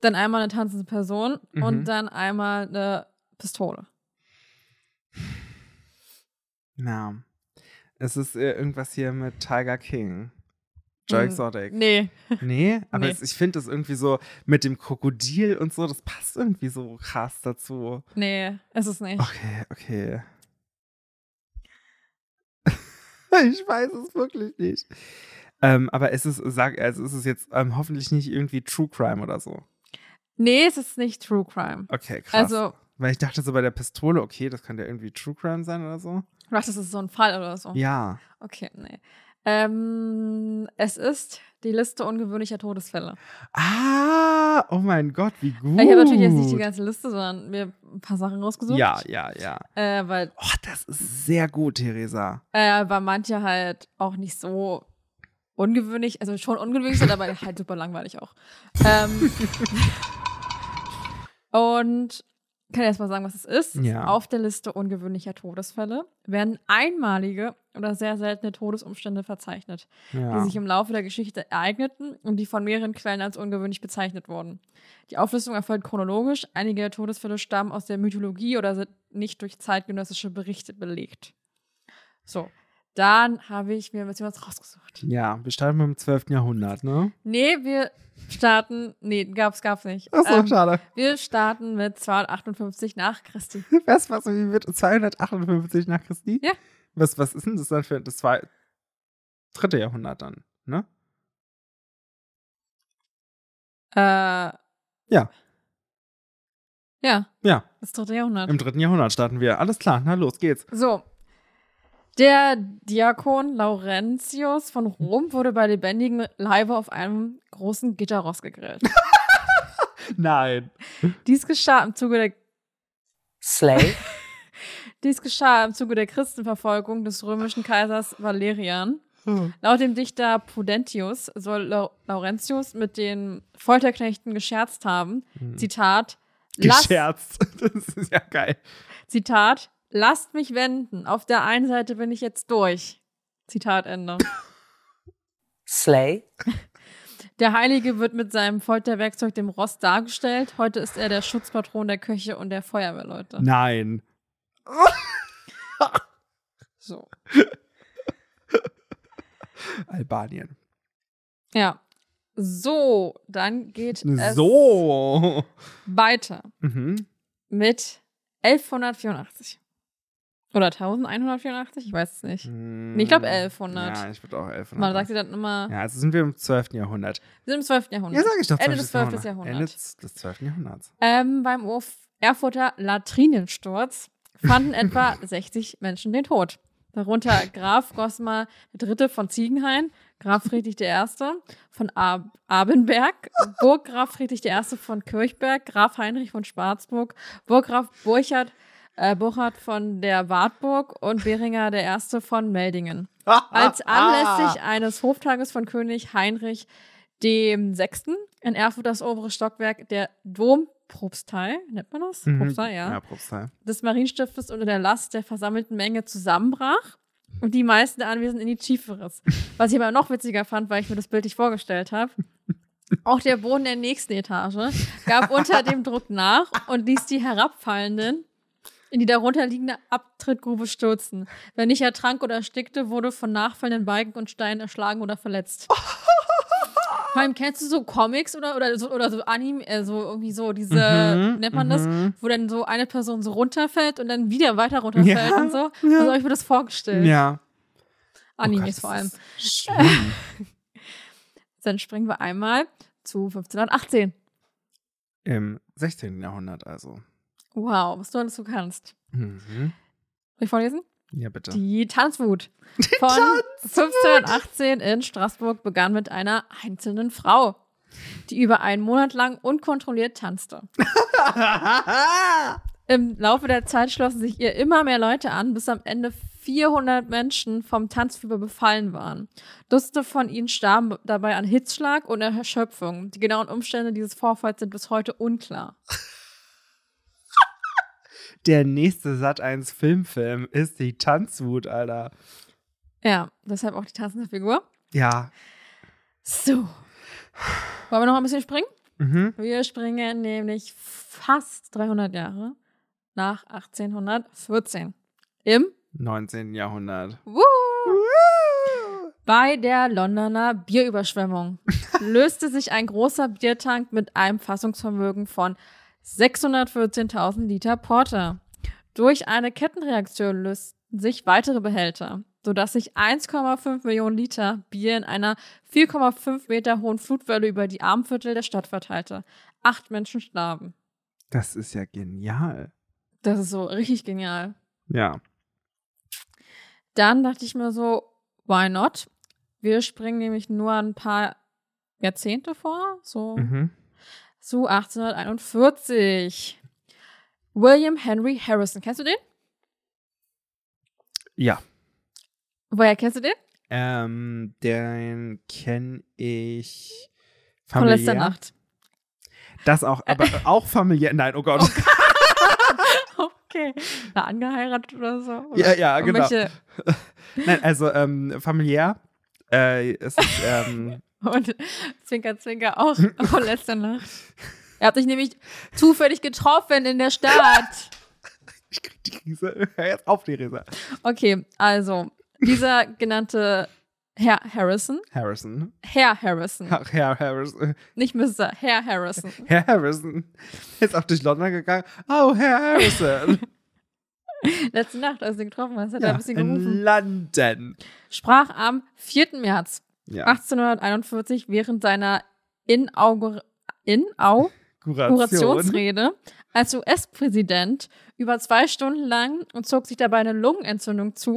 dann einmal eine tanzende Person
Mhm.
und dann einmal eine Pistole.
Ja. Es ist äh, irgendwas hier mit Tiger King. Joy
Mhm.
Exotic.
Nee,
Nee, aber
Nee.
Es, ich finde das irgendwie so mit dem Krokodil und so, das passt irgendwie so krass dazu.
nee, es ist nicht.
Okay, okay. ich weiß es wirklich nicht. Ähm, aber es ist, sag, also es ist jetzt ähm, hoffentlich nicht irgendwie True Crime oder so.
Nee, es ist nicht True Crime.
Okay, krass.
Also,
Weil ich dachte so bei der Pistole, okay, das könnte ja irgendwie True Crime sein oder so.
du dachtest, es ist so ein Fall oder so.
Ja.
Okay, nee. Ähm, es ist die Liste ungewöhnlicher Todesfälle.
Ah, oh mein Gott, wie gut.
Ich habe natürlich jetzt nicht die ganze Liste, sondern mir ein paar Sachen rausgesucht.
Ja, ja, ja.
Äh, weil,
Oh, das ist sehr gut, Theresa.
äh, weil manche halt auch nicht so ungewöhnlich, also schon ungewöhnlich sind, aber halt super langweilig auch. Ähm, und kann erst mal sagen, was es ist.
Ja.
Auf der Liste ungewöhnlicher Todesfälle werden einmalige oder sehr seltene Todesumstände verzeichnet.
Ja.
die sich im Laufe der Geschichte ereigneten und die von mehreren Quellen als ungewöhnlich bezeichnet wurden. Die Auflistung erfolgt chronologisch. Einige der Todesfälle stammen aus der Mythologie oder sind nicht durch zeitgenössische Berichte belegt. So, dann habe ich mir ein bisschen was rausgesucht.
Ja, wir starten mit dem 12. Jahrhundert,
Ähm,
ne?
Nee, wir starten. Nee, gab's, gab's nicht.
Achso,
Ähm,
schade.
wir starten mit 258 nach Christi.
Was, was, wie wird 258 nach Christi?
Ja.
Was, was ist denn das dann für das zwei, dritte Jahrhundert dann, ne?
Äh, ja. Ja,
Ja,
das dritte Jahrhundert.
im dritten Jahrhundert starten wir. Alles klar, na los geht's.
So. Der Diakon Laurentius von Rom wurde bei lebendigem Leibe auf einem großen Gitterrost gegrillt.
Nein.
Dies geschah im Zuge der,
Slay.
dies geschah im Zuge der Christenverfolgung des römischen Kaisers Valerian.
Hm.
Laut dem Dichter Prudentius soll Lau- Laurentius mit den Folterknechten gescherzt haben. Zitat: "Lasst-
Hm. Gescherzt. Das ist ja geil.
Zitat, lasst mich wenden. Auf der einen Seite bin ich jetzt durch. Zitat Ende.
Slay.
Der Heilige wird mit seinem Folterwerkzeug, dem Rost, dargestellt. Heute ist er der Oh. Schutzpatron der Köche und der Feuerwehrleute.
Nein.
So.
Albanien.
Ja. So, dann geht es
Ne, So.
weiter
Mhm.
mit 1184. Oder 1184, ich weiß es nicht.
Nee,
Nee, ich glaube 1100.
Hm. Ja, ich würde auch 1100.
Man sagt sie dann immer,
ja, also sind wir im 12. Jahrhundert.
wir sind im 12. Jahrhundert.
Ja, sag ich doch.
Ende
12.
des 12. Jahrhunderts.
Ende des des 12. Jahrhunderts.
Ähm, beim Urf- Erfurter Latrinensturz fanden etwa 60 Menschen den Tod. Darunter Graf Gosmar III. von Ziegenhain, Graf Friedrich I. von Ab Abenberg, Burggraf Friedrich I. von Kirchberg, Graf Heinrich von Schwarzburg, Burggraf Burchard, äh, Burchard von der Wartburg und Beringer I. von Meldingen.
Ah,
Als anlässlich eines Hoftages von König Heinrich dem Sechsten in Erfurt das obere Stockwerk der Dompropstei, nennt man das?
Mhm.
Propstei, ja.
Ja, Propstei.
Des Marienstiftes unter der Last der versammelten Menge zusammenbrach und die meisten der Anwesenden in die Tiefe riss. Was ich aber noch witziger fand, weil ich mir das Bild nicht vorgestellt habe. Auch der Boden der nächsten Etage gab unter dem Druck nach und ließ die herabfallenden in die darunter liegende Abtrittgrube stürzen. Wer nicht ertrank oder erstickte, wurde von nachfallenden Balken und Steinen erschlagen oder verletzt. Vor allem kennst du so Comics oder, oder, so, oder so Anime, äh, so irgendwie so diese,
Mhm,
wie nennt man das, wo dann so eine Person so runterfällt und dann wieder weiter runterfällt
Ja,
und so.
ja.
Also hab ich mir das vorgestellt. Ah,
Ja.
Animes
Oh Gott,
vor
das
allem.
ist Schlimm.
Dann springen wir einmal zu 1518.
Im 16. Jahrhundert also.
Wow, was du alles so kannst.
Mhm.
Soll ich vorlesen?
Ja, bitte.
Die Tanzwut von 1518 in Straßburg begann mit einer einzelnen Frau, die über einen Monat lang unkontrolliert tanzte. Im Laufe der Zeit schlossen sich ihr immer mehr Leute an, bis am Ende 400 Menschen vom Tanzfieber befallen waren. Dutzende von ihnen starben dabei an Hitzschlag und Erschöpfung. Die genauen Umstände dieses Vorfalls sind bis heute unklar.
Der nächste Sat 1 Filmfilm ist die Tanzwut, Alter.
Ja, deshalb auch die tanzende Figur.
Ja.
So. Wollen wir noch ein bisschen springen?
Mhm.
Wir springen nämlich fast 300 Jahre nach 1814 im
19. Jahrhundert.
Woo! Bei der Londoner Bierüberschwemmung löste sich ein großer Biertank mit einem Fassungsvermögen von 614.000 Liter Porter. Durch eine Kettenreaktion lösten sich weitere Behälter, sodass sich 1,5 Millionen Liter Bier in einer 4,5 Meter hohen Flutwelle über die Armviertel der Stadt verteilte. Acht Menschen starben.
Das ist ja genial.
Das ist so richtig genial.
Ja.
dann dachte ich mir so, why not? Wir springen nämlich nur ein paar Jahrzehnte vor, so
Mhm.
zu 1841. William Henry Harrison, kennst du den?
Ja.
Woher kennst du den?
Ähm, den kenne ich
Von letzter
familiär.
Nacht.
Das auch, aber auch familiär. Nein, oh Gott.
Okay. Na, angeheiratet oder so?
Ja,
Oder
ja, genau.
irgendwelche-
Nein, also ähm, familiär. Äh, es ist, ähm,
Und Zwinker, Zwinker auch von letzter Nacht. Er hat sich nämlich zufällig getroffen in der Stadt.
ich krieg die Krise. Hör jetzt auf, Theresa.
Okay, also, dieser genannte Herr Harrison,
Harrison.
Herr Harrison.
Ach, Herr Harrison.
Nicht Mr. Herr Harrison.
Herr Harrison. Er ist auch durch London gegangen. Oh, Herr Harrison.
Letzte Nacht, als du ihn getroffen hast, hat er ein bisschen
in
gerufen.
London.
Sprach am 4. März
Ja.
1841 während seiner Inaugur Inau
Kuration.
Inaugurationsrede als US-Präsident über zwei Stunden lang und zog sich dabei eine Lungenentzündung zu,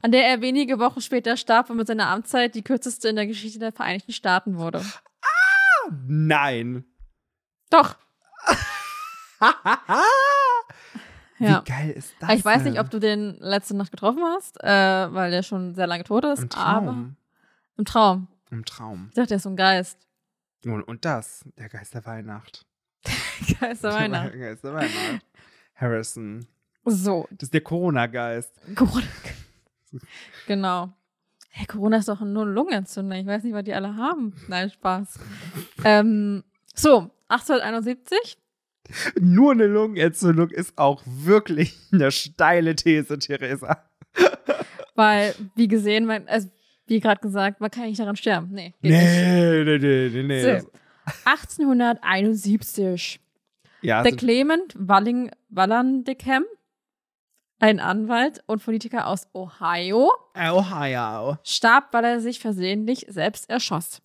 an der er wenige Wochen später starb und mit seiner Amtszeit die kürzeste in der Geschichte der Vereinigten Staaten wurde.
Ah, Nein.
Doch. Ja.
Wie geil ist das?
Ich weiß
denn?
nicht, ob du den letzte Nacht getroffen hast, äh, weil der schon sehr lange tot ist,
Im
aber
Traum.
im Traum.
Im Traum.
Ich dachte, er ist so ein Geist.
Und, und das, der Geist der Weihnacht.
Geist der Weihnacht.
Der Geist der Weihnacht. Harrison.
So,
Das ist der Corona-Geist.
Corona. genau. Hey, Corona ist doch nur eine Lungenentzündung. Ich weiß nicht, was die alle haben. Nein, Spaß. ähm, so, 1871.
Nur eine Lungenentzündung ist auch wirklich eine steile These, Theresa.
Weil, wie gesehen, mein, also, wie gerade gesagt, man kann nicht daran sterben. Nee. geht nicht.
Nee, nee, nee, nee, nee.
So. 1871.
Ja,
Der
sind,
Clement Walling, Wallandickham, ein Anwalt und Politiker aus Ohio,
Ohio.
starb, weil er sich versehentlich selbst erschoss.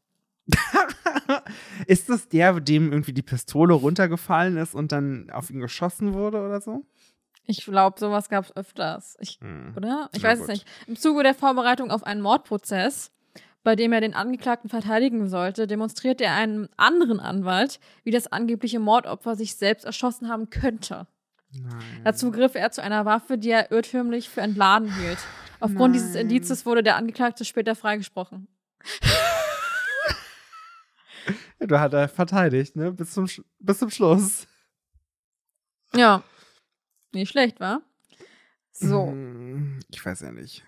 Ist das der, dem irgendwie die Pistole runtergefallen ist und dann auf ihn geschossen wurde oder so?
Ich glaube, sowas gab es öfters. Ich,
Hm.
oder? Ich
Na
weiß
gut.
es nicht. Im Zuge der Vorbereitung auf einen Mordprozess, bei dem er den Angeklagten verteidigen sollte, demonstrierte er einem anderen Anwalt, wie das angebliche Mordopfer sich selbst erschossen haben könnte.
Nein.
Dazu griff er zu einer Waffe, die er irrtümlich für entladen hielt. Aufgrund dieses
Nein.
Indizes wurde der Angeklagte später freigesprochen.
Du hat er verteidigt, ne? Bis zum, Sch- bis zum Schluss.
Ja. Nicht schlecht, wa? So,
Hm, Ich weiß ja nicht,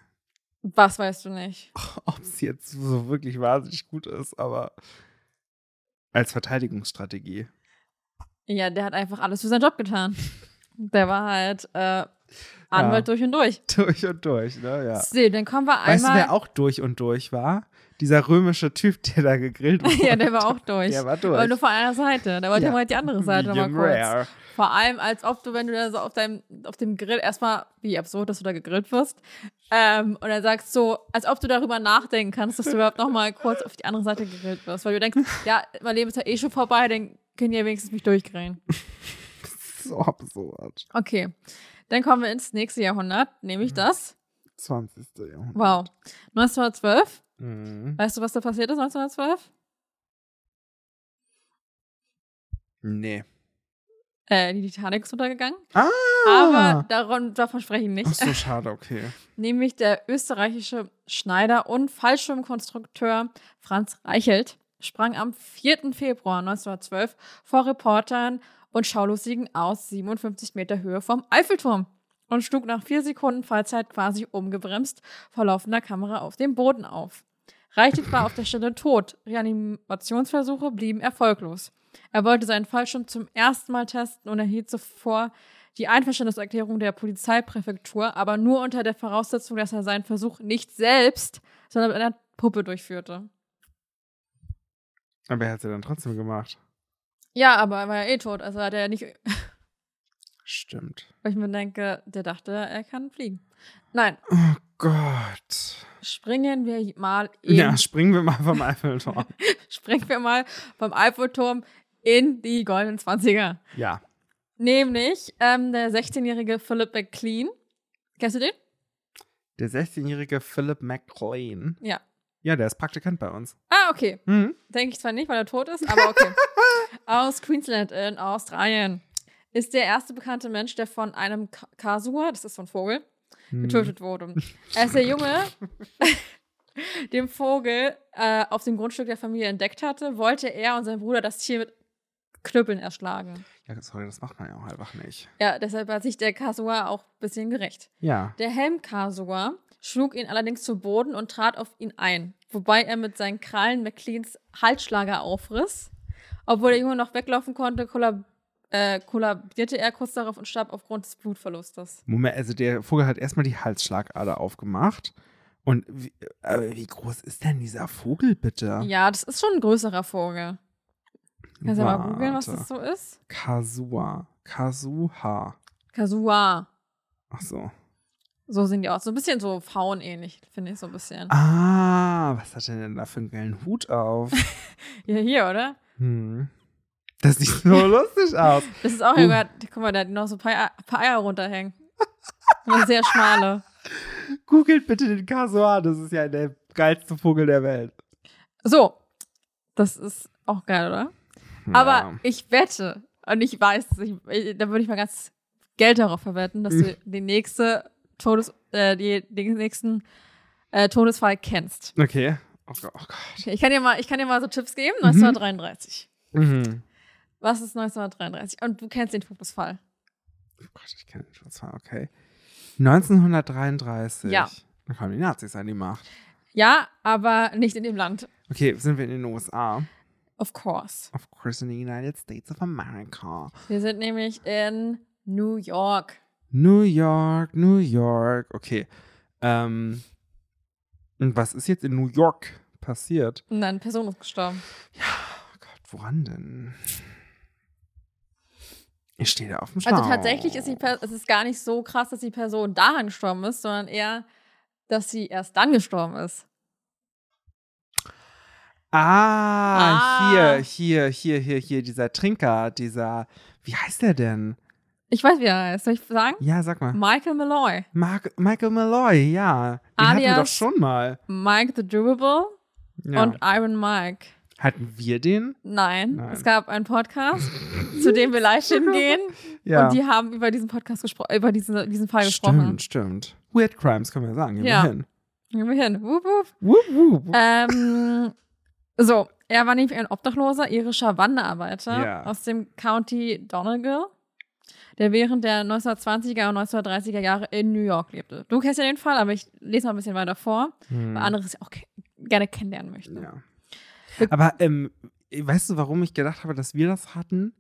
was weißt du nicht?
ob es jetzt so wirklich wahnsinnig gut ist, aber als Verteidigungsstrategie.
Ja, der hat einfach alles für seinen Job getan. Der war halt äh, Anwalt durch und durch.
Durch und durch, ne? Ja.
So, dann kommen wir
Weißt du,
einmal.
wer auch durch und durch war? Dieser römische Typ, der da gegrillt wurde.
ja, der war auch durch.
Der war durch.
Aber nur von einer Seite. Da wollte
Ja.
ja. mal die andere Seite nochmal
Medium
kurz.
rare.
Vor allem, als ob du, wenn du da so auf deinem, auf dem Grill erstmal, wie absurd, dass du da gegrillt wirst, ähm, und dann sagst so, als ob du darüber nachdenken kannst, dass du überhaupt nochmal kurz auf die andere Seite gegrillt wirst, weil du denkst, ja, mein Leben ist ja eh schon vorbei, dann können die ja wenigstens mich durchgrillen.
So absurd.
Okay. Dann kommen wir ins nächste Jahrhundert,
Mhm.
nämlich das.
20. Jahrhundert.
Wow. 1912.
Mhm.
Weißt du, was da passiert ist 1912?
Nee.
Äh, die Titanic ist untergegangen.
Ah!
Aber daran, davon spreche ich nicht.
Ach so, schade, okay.
nämlich der österreichische Schneider und Fallschirmkonstrukteur Franz Reichelt sprang am 4. Februar 1912 vor Reportern und Schaulustigen aus 57 Meter Höhe vom Eiffelturm und schlug nach vier Sekunden Fallzeit quasi umgebremst vor laufender Kamera auf dem Boden auf. Reichelt war auf der Stelle tot. Reanimationsversuche blieben erfolglos. Er wollte seinen Fallschirm zum ersten Mal testen und erhielt zuvor die Einverständniserklärung der Polizeipräfektur, aber nur unter der Voraussetzung, dass er seinen Versuch nicht selbst, sondern mit einer Puppe durchführte.
Aber er hat sie dann trotzdem gemacht.
Ja, aber er war ja eh tot. Also hat er ja nicht, weil
Stimmt.
ich mir denke, der dachte, er kann fliegen. Nein,
Oh Gott.
springen wir mal in,
Ja, springen wir mal vom Eiffelturm.
springen wir mal vom Eiffelturm in die goldenen 20er.
ja.
Nämlich ähm, der 16-jährige Philip McLean. Kennst du den?
Der 16-jährige Philip McLean.
Ja.
Ja, der ist Praktikant bei uns.
Ah, okay.
Mhm.
Denke ich zwar nicht, weil er tot ist, aber okay. Aus Queensland in Australien ist der erste bekannte Mensch, der von einem Ka- Kasua, das ist so ein Vogel,
Hm.
getötet wurde. Als der Junge den Vogel äh, auf dem Grundstück der Familie entdeckt hatte, wollte er und sein Bruder das Tier mit Knüppeln erschlagen.
Hm. Ja, sorry, das macht man ja auch einfach nicht.
Ja, deshalb hat sich der Kasua auch ein bisschen gerecht.
Ja.
Der Helmkasua schlug ihn allerdings zu Boden und trat auf ihn ein, wobei er mit seinen Krallen McLeans Halsschlager aufriss. Obwohl der Junge noch weglaufen konnte, kollab äh, kollabierte er kurz darauf und starb aufgrund des Blutverlustes.
Moment, also der Vogel hat erstmal die Halsschlagader aufgemacht. Und wie, äh, wie groß ist denn dieser Vogel bitte?
Ja, das ist schon ein größerer Vogel. Kannst du ja mal
Warte.
googeln, was das so ist?
Kasua. Kasuha.
Kasua.
Ach so.
So sehen die aus. So ein bisschen so faunähnlich, finde ich so ein bisschen.
Ah, was hat er denn da für einen geilen Hut auf?
Ja, hier, oder?
Hm. Das sieht so lustig aus.
Das ist auch
Uh.
über. Guck mal, der hat noch so ein paar, Eier- paar Eier runterhängen. Nur sehr schmale.
Googelt bitte den Kasua, das ist ja der geilste Vogel der Welt.
So, das ist auch geil, oder? Aber ich wette, und ich weiß, ich, ich, da würde ich mal ganz Geld darauf verwetten, dass du die nächste Todes, äh, die, den nächsten äh, Todesfall kennst.
Ja. Okay. Oh Gott. Oh Gott.
Okay, ich kann dir mal, ich kann dir mal so Tipps geben. 1933.
Mhm.
Was ist 1933? Und du kennst den Todesfall.
oh Gott, ich kenne den schon zwar, okay. 1933.
Ja.
Da kamen die Nazis an die Macht.
Ja, aber nicht in dem Land.
Okay, sind wir in den USA.
Of course.
Of course in the United States of America.
Wir sind nämlich in New York.
New York, New York. Okay. Ähm, und was ist jetzt in New York passiert?
Nein, Person ist gestorben.
Oh Gott, woran denn? Ich stehe da auf dem Schlauch.
Also tatsächlich ist die per es ist gar nicht so krass, dass die Person daran gestorben ist, sondern eher, dass sie erst dann gestorben ist.
Ah,
Ah.
hier, hier, hier, hier, hier, dieser Trinker, dieser, wie heißt der denn?
Ich weiß, wie er heißt. Soll ich sagen?
Ja, sag mal.
Michael Malloy.
Mark, Michael Malloy, ja. Den hatten wir doch
Alias-
schon mal.
Mike the Durable
Ja.
und Iron Mike.
hatten wir den?
Nein,
Nein.
es gab einen Podcast, zu dem wir live hingehen.
Ja.
Und die haben über diesen Podcast gesprochen, über diesen, diesen Fall gesprochen.
stimmt, stimmt. Weird Crimes können wir sagen, gehen
Ja.
wir hin.
Gehen wir hin. Wup, wup.
Wup, wup.
Ähm, so, er war nämlich ein obdachloser irischer Wanderarbeiter
Ja.
aus dem County Donegal, der während der 1920er und 1930er Jahre in New York lebte. Du kennst ja den Fall, aber ich lese mal ein bisschen weiter vor,
Hm.
weil andere es auch ke gerne kennenlernen möchten.
Mhm. Ja. Aber ähm, weißt du, warum ich gedacht habe, dass wir das hatten?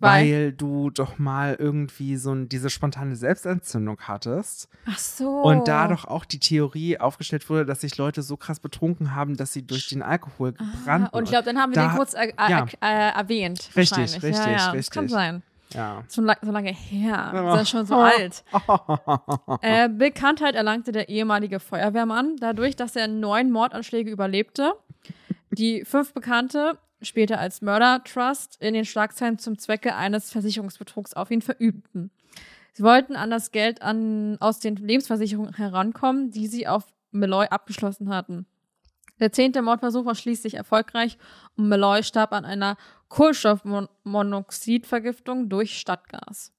Weil-
Weil du doch mal irgendwie so ein, diese spontane Selbstentzündung hattest
Ach so.
und da doch auch die Theorie aufgestellt wurde, dass sich Leute so krass betrunken haben, dass sie durch den Alkohol gebrannt
Ah, und ich glaube, dann haben wir
Da-
den kurz er er
ja.
er erwähnt. wahrscheinlich.
Richtig, richtig,
ja, ja, Das
richtig.
kann sein.
ja.
So, lang, so lange her.
Ja. Oh.
Das ist schon so alt. Äh, Bekanntheit erlangte der ehemalige Feuerwehrmann dadurch, dass er neun Mordanschläge überlebte. Die fünf Bekannte später als Murder Trust in den Schlagzeilen zum Zwecke eines Versicherungsbetrugs auf ihn verübten. Sie wollten an das Geld an, aus den Lebensversicherungen herankommen, die sie auf Malloy abgeschlossen hatten. Der zehnte Mordversuch war schließlich erfolgreich und Malloy starb an einer Kohlenstoffmonoxidvergiftung durch Stadtgas.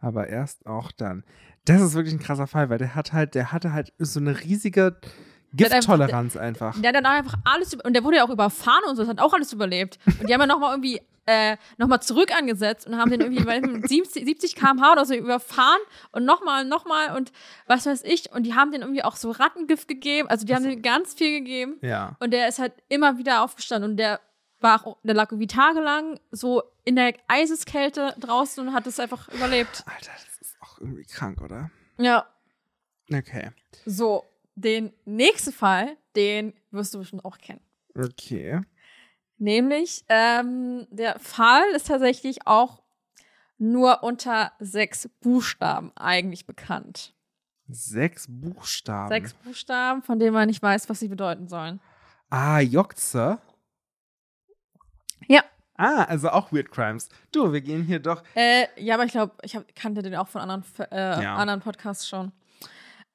Aber erst auch dann. Das ist wirklich ein krasser Fall, weil der hat halt, der hatte halt so eine riesige
Der hat einfach-
Gifttoleranz einfach.
Der hat dann einfach alles über und der wurde ja auch überfahren und so, das hat auch alles überlebt. Und die haben ja nochmal irgendwie äh, nochmal zurück angesetzt und haben den irgendwie bei 70, 70 km/h oder so überfahren und nochmal und nochmal und was weiß ich. Und die haben den irgendwie auch so Rattengift gegeben, also die haben dem ganz viel gegeben.
Ja.
Und der ist halt immer wieder aufgestanden und der war auch, der lag irgendwie tagelang so in der Eiseskälte draußen und hat es einfach überlebt.
Alter, das ist auch irgendwie krank, oder?
Ja,
Okay.
so, den nächsten Fall, den wirst du bestimmt auch kennen.
Okay.
Nämlich, ähm, der Fall ist tatsächlich auch nur unter sechs Buchstaben eigentlich bekannt.
Sechs Buchstaben.
Sechs Buchstaben, von denen man nicht weiß, was sie bedeuten sollen.
Ah, Jokze.
Ja.
Ah, also auch Weird Crimes. Du, wir gehen hier doch.
Äh, ja, aber ich glaube, ich hab, kannte den auch von anderen, F- äh,
Ja.
anderen Podcasts schon.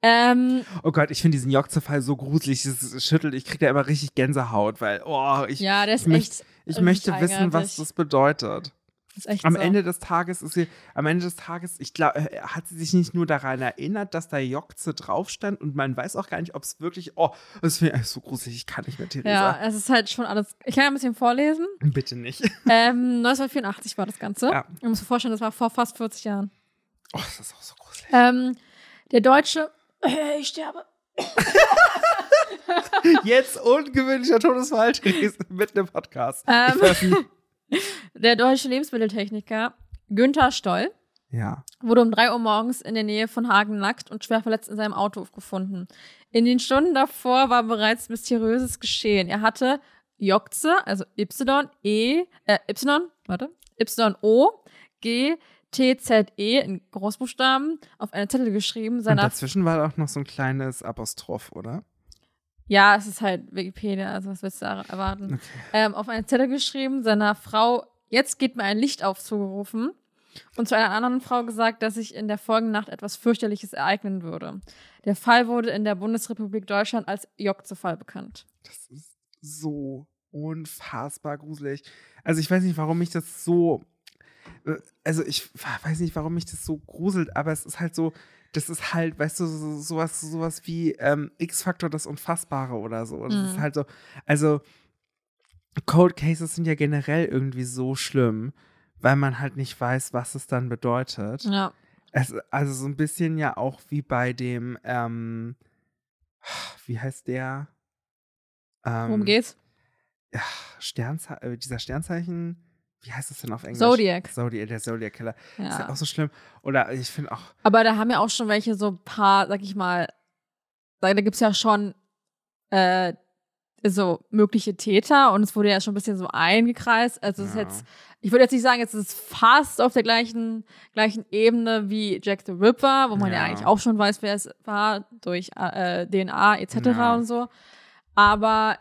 Ähm,
Oh Gott, ich finde diesen Jokze-Fall so gruselig. Das schüttelt. Ich kriege da immer richtig Gänsehaut, weil, oh, ich,
ja, der ist
ich möcht-
echt.
ich
richtig
möchte wissen, was
eigenartig.
das bedeutet.
ist echt
Am
so.
Ende des Tages ist sie, am Ende des Tages, ich glaube, hat sie sich nicht nur daran erinnert, dass da Jokze drauf stand und man weiß auch gar nicht, ob es wirklich, oh, das finde ich so gruselig, ich kann nicht mehr,
Ja,
Theresa.
es ist halt schon alles. Ich kann ja ein bisschen vorlesen.
Bitte nicht.
Ähm, 1984 war das Ganze.
Ja.
Man muss sich vorstellen, das war vor fast 40 Jahren.
Oh, das ist auch so gruselig.
Ähm, der deutsche. Ich sterbe.
Jetzt ungewöhnlicher Todesfall, Theresa, mit einem Podcast.
Ähm,
Ich weiß nicht.
Der deutsche Lebensmitteltechniker Günther Stoll
Ja.
wurde um 3 Uhr morgens in der Nähe von Hagen nackt und schwer verletzt in seinem Auto gefunden. In den Stunden davor war bereits mysteriöses Geschehen. Er hatte Jokze, also Y, E, äh, Y, warte, Y, O, G, T, Z, E in Großbuchstaben auf einen Zettel geschrieben.
Und
Seiner,
dazwischen war auch noch so ein kleines Apostroph, oder?
ja, es ist halt Wikipedia, also was willst du da erwarten? Ähm, auf einen Zettel geschrieben, seiner Frau, jetzt geht mir ein Licht auf, zugerufen. und zu einer anderen Frau gesagt, dass sich in der folgenden Nacht etwas fürchterliches ereignen würde. Der Fall wurde in der Bundesrepublik Deutschland als Jokze-Fall bekannt.
Das ist so unfassbar gruselig. Also ich weiß nicht, warum mich das so. äh, Also ich weiß nicht, warum mich das so gruselt, aber es ist halt so, das ist halt, weißt du, so- sowas, sowas wie ähm, X-Faktor das Unfassbare oder so. Das ist
Mhm.
halt so. Also Cold Cases sind ja generell irgendwie so schlimm, weil man halt nicht weiß, was es dann bedeutet.
Ja,
Es, also so ein bisschen ja auch wie bei dem, ähm, wie heißt der? Ähm,
worum geht's?
Sternze äh, dieser Sternzeichen wie heißt das denn auf Englisch?
Zodiac.
Zodiac, der Zodiac Killer. Ist ja
Ja.
auch so schlimm. Oder ich finde auch,
Aber da haben ja auch schon welche so ein paar, sag ich mal, da gibt es ja schon äh, so mögliche Täter und es wurde ja schon ein bisschen so eingekreist. Also es ist
Ja.
jetzt, ich würde jetzt nicht sagen, jetzt ist es fast auf der gleichen, gleichen Ebene wie Jack the Ripper, wo man ja,
Ja.
eigentlich auch schon weiß, wer es war, durch äh, DNA etc.
Ja.
und so. Aber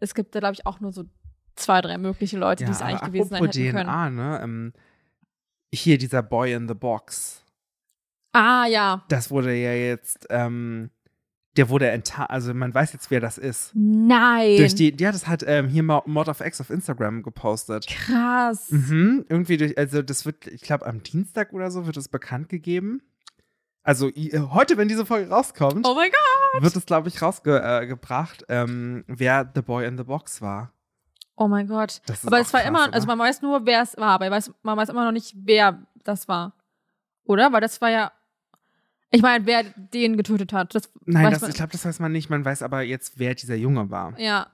es gibt da, glaube ich, auch nur so zwei, drei mögliche Leute,
ja,
die es eigentlich
aber
gewesen sein
apropos
hätten können.
DNA, ne? Ähm, hier dieser Boy in the Box.
Ah, ja.
Das wurde ja jetzt, ähm, der wurde enttarnt, also man weiß jetzt, wer das ist.
Nein.
Durch die, ja, das hat ähm, hier Mo- Mod of X auf Instagram gepostet.
Krass.
Mhm, irgendwie durch, also das wird, ich glaube, am Dienstag oder so wird es bekannt gegeben. Also i- heute, wenn diese Folge rauskommt,
Oh mein Gott.
wird es, glaube ich, rausgebracht, äh, gebracht, ähm, wer The Boy in the Box war.
Oh mein Gott.
Das ist
aber
auch
es war
krass,
immer,
oder?
also man weiß nur, wer es war, aber man weiß, man weiß immer noch nicht, wer das war. Oder? Weil das war ja. Ich meine, wer den getötet hat. Das
Nein,
weiß
das,
man,
ich glaube, das weiß man nicht. Man weiß aber jetzt, wer dieser Junge war.
Ja.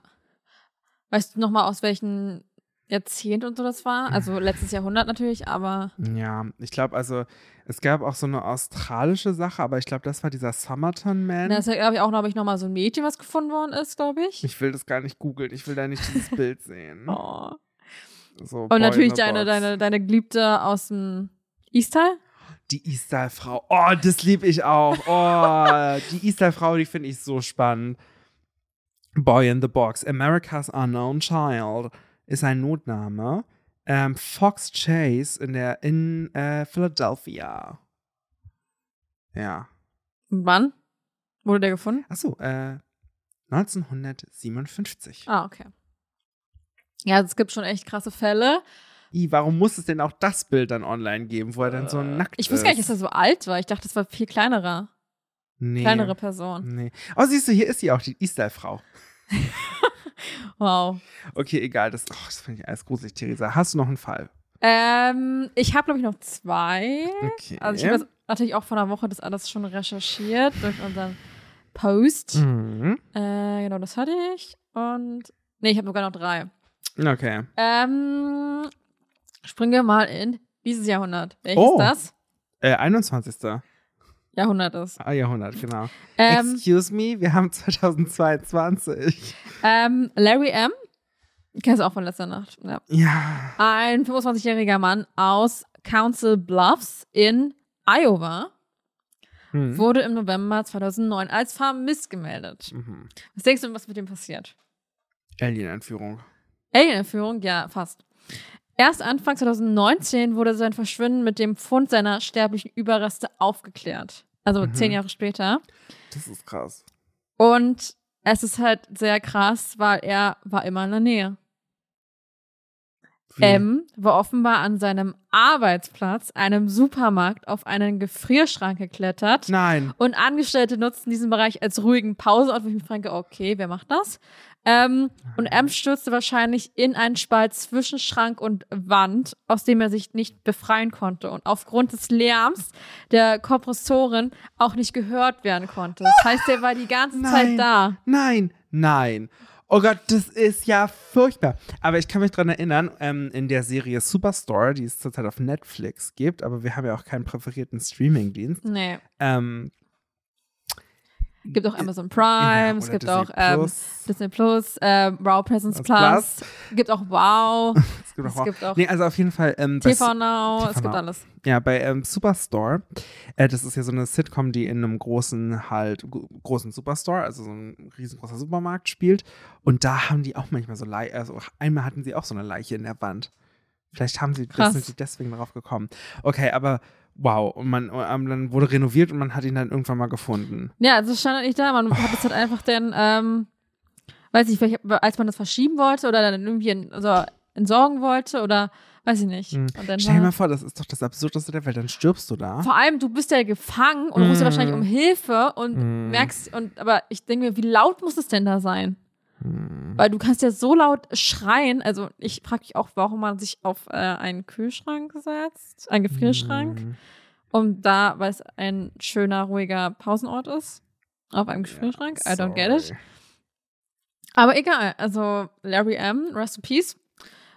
Weißt du nochmal, aus welchem Jahrzehnt und so das war? Also letztes Jahrhundert natürlich, aber.
Ja, ich glaube, also es gab auch so eine australische Sache, aber ich glaube, das war dieser Summerton Man.
Da ist ja, glaube ich, auch, glaube ich, nochmal so ein Mädchen, was gefunden worden ist, glaube ich.
ich will das gar nicht googeln. Ich will da nicht dieses Bild sehen.
Oh.
So, Boy
Und
in
natürlich
the
deine,
Box.
deine, deine Geliebte aus dem Eastteil.
Die Istal-Frau. Oh, das liebe ich auch. Oh, die Istal-Frau, die finde ich so spannend. Boy in the Box. America's Unknown Child ist ein Notname. Ähm, Fox Chase in der in äh, Philadelphia. Ja.
Und wann? Wurde der gefunden?
Achso, äh, 1957.
Ah, okay. Ja, also es gibt schon echt krasse Fälle.
I, warum muss es denn auch das Bild dann online geben, wo er dann so nackt ist?
Ich wusste gar nicht, dass er so alt war. Ich dachte, das war viel kleinerer.
nee.
Kleinere Person.
Nee. Oh, siehst du, hier ist sie auch, die Istal-Frau.
Wow.
Okay, egal. Das, oh, das finde ich alles gruselig, Theresa. Hast du noch einen Fall?
Ähm, ich habe, glaube ich, noch zwei.
Okay.
Also ich habe natürlich auch vor einer Woche das alles schon recherchiert durch unseren Post.
mhm.
Äh, genau, das hatte ich. Und nee, ich habe sogar noch drei.
Okay.
Ähm, springen wir mal in dieses Jahrhundert. Welches
Oh.
das
Äh, 21.
Jahrhundert ist?
Ah, Jahrhundert, genau.
Ähm,
Excuse me, wir haben 2022.
ähm, Larry M. Kennst du auch von letzter Nacht? Ja.
Ja.
Ein 25-jähriger Mann aus Council Bluffs in Iowa
Hm.
wurde im November 2009 als vermisst gemeldet.
Mhm.
Was denkst du, was mit ihm passiert?
Alien-Entführung.
Alien-Entführung? Ja, fast. Erst Anfang 2019 wurde sein Verschwinden mit dem Fund seiner sterblichen Überreste aufgeklärt. Also
Mhm.
zehn Jahre später.
Das ist krass.
Und es ist halt sehr krass, weil er war immer in der Nähe.
Wie?
M war offenbar an seinem Arbeitsplatz, einem Supermarkt, auf einen Gefrierschrank geklettert.
Nein.
Und Angestellte nutzten diesen Bereich als ruhigen Pausenort, wo ich mich frage, okay, wer macht das? Ähm, und
Ah.
M stürzte wahrscheinlich in einen Spalt zwischen Schrank und Wand, aus dem er sich nicht befreien konnte und aufgrund des Lärms der Kompressoren auch nicht gehört werden konnte. Das heißt, er war die ganze
Nein.
Zeit da.
Nein, nein. Oh Gott, das ist ja furchtbar. Aber ich kann mich dran erinnern, ähm, in der Serie Superstore, die es zurzeit auf Netflix gibt, aber wir haben ja auch keinen präferierten Streamingdienst.
Nee.
Ähm,
Gibt auch Amazon
Äh, ja,
Prime,
oder
es gibt
Disney
auch ähm,
Plus.
Disney Plus, ähm, Wow Presence
Das
Plus,
Plus.
gibt auch Wow,
Es gibt auch,
es gibt auch
nee, also auf jeden Fall ähm, bei,
TV Now,
TV
es gibt
Now.
alles.
ja, bei ähm, Superstore, äh, das ist ja so eine Sitcom, die in einem großen halt, gro- großen Superstore, also so ein riesengroßer Supermarkt spielt und da haben die auch manchmal so Leichen, also einmal hatten sie auch so eine Leiche in der Wand. Vielleicht haben sie, das
Krass.
sind sie deswegen darauf gekommen. Okay, aber wow, und man, ähm, dann wurde renoviert und man hat ihn dann irgendwann mal gefunden.
Ja, also es stand halt nicht da. Man hat es halt einfach dann, ähm, weiß ich, vielleicht, als man das verschieben wollte oder dann irgendwie in, also entsorgen wollte oder weiß ich nicht.
Mhm.
Und dann
Stell dir
war-
mal vor, das ist doch das Absurdeste der Welt, dann stirbst du da.
vor allem, du bist ja gefangen und rufst ja
Mhm.
wahrscheinlich um Hilfe und
Mhm.
merkst, und aber ich denke mir, wie laut muss es denn da sein?
Hm.
Weil du kannst ja so laut schreien. Also ich frage mich auch, warum man sich auf äh, einen Kühlschrank setzt, einen Gefrierschrank,
Hm.
um da, weil es ein schöner, ruhiger Pausenort ist, auf einem Gefrierschrank. I don't get it.
Sorry.
Aber egal, also Larry M., Rest in Peace,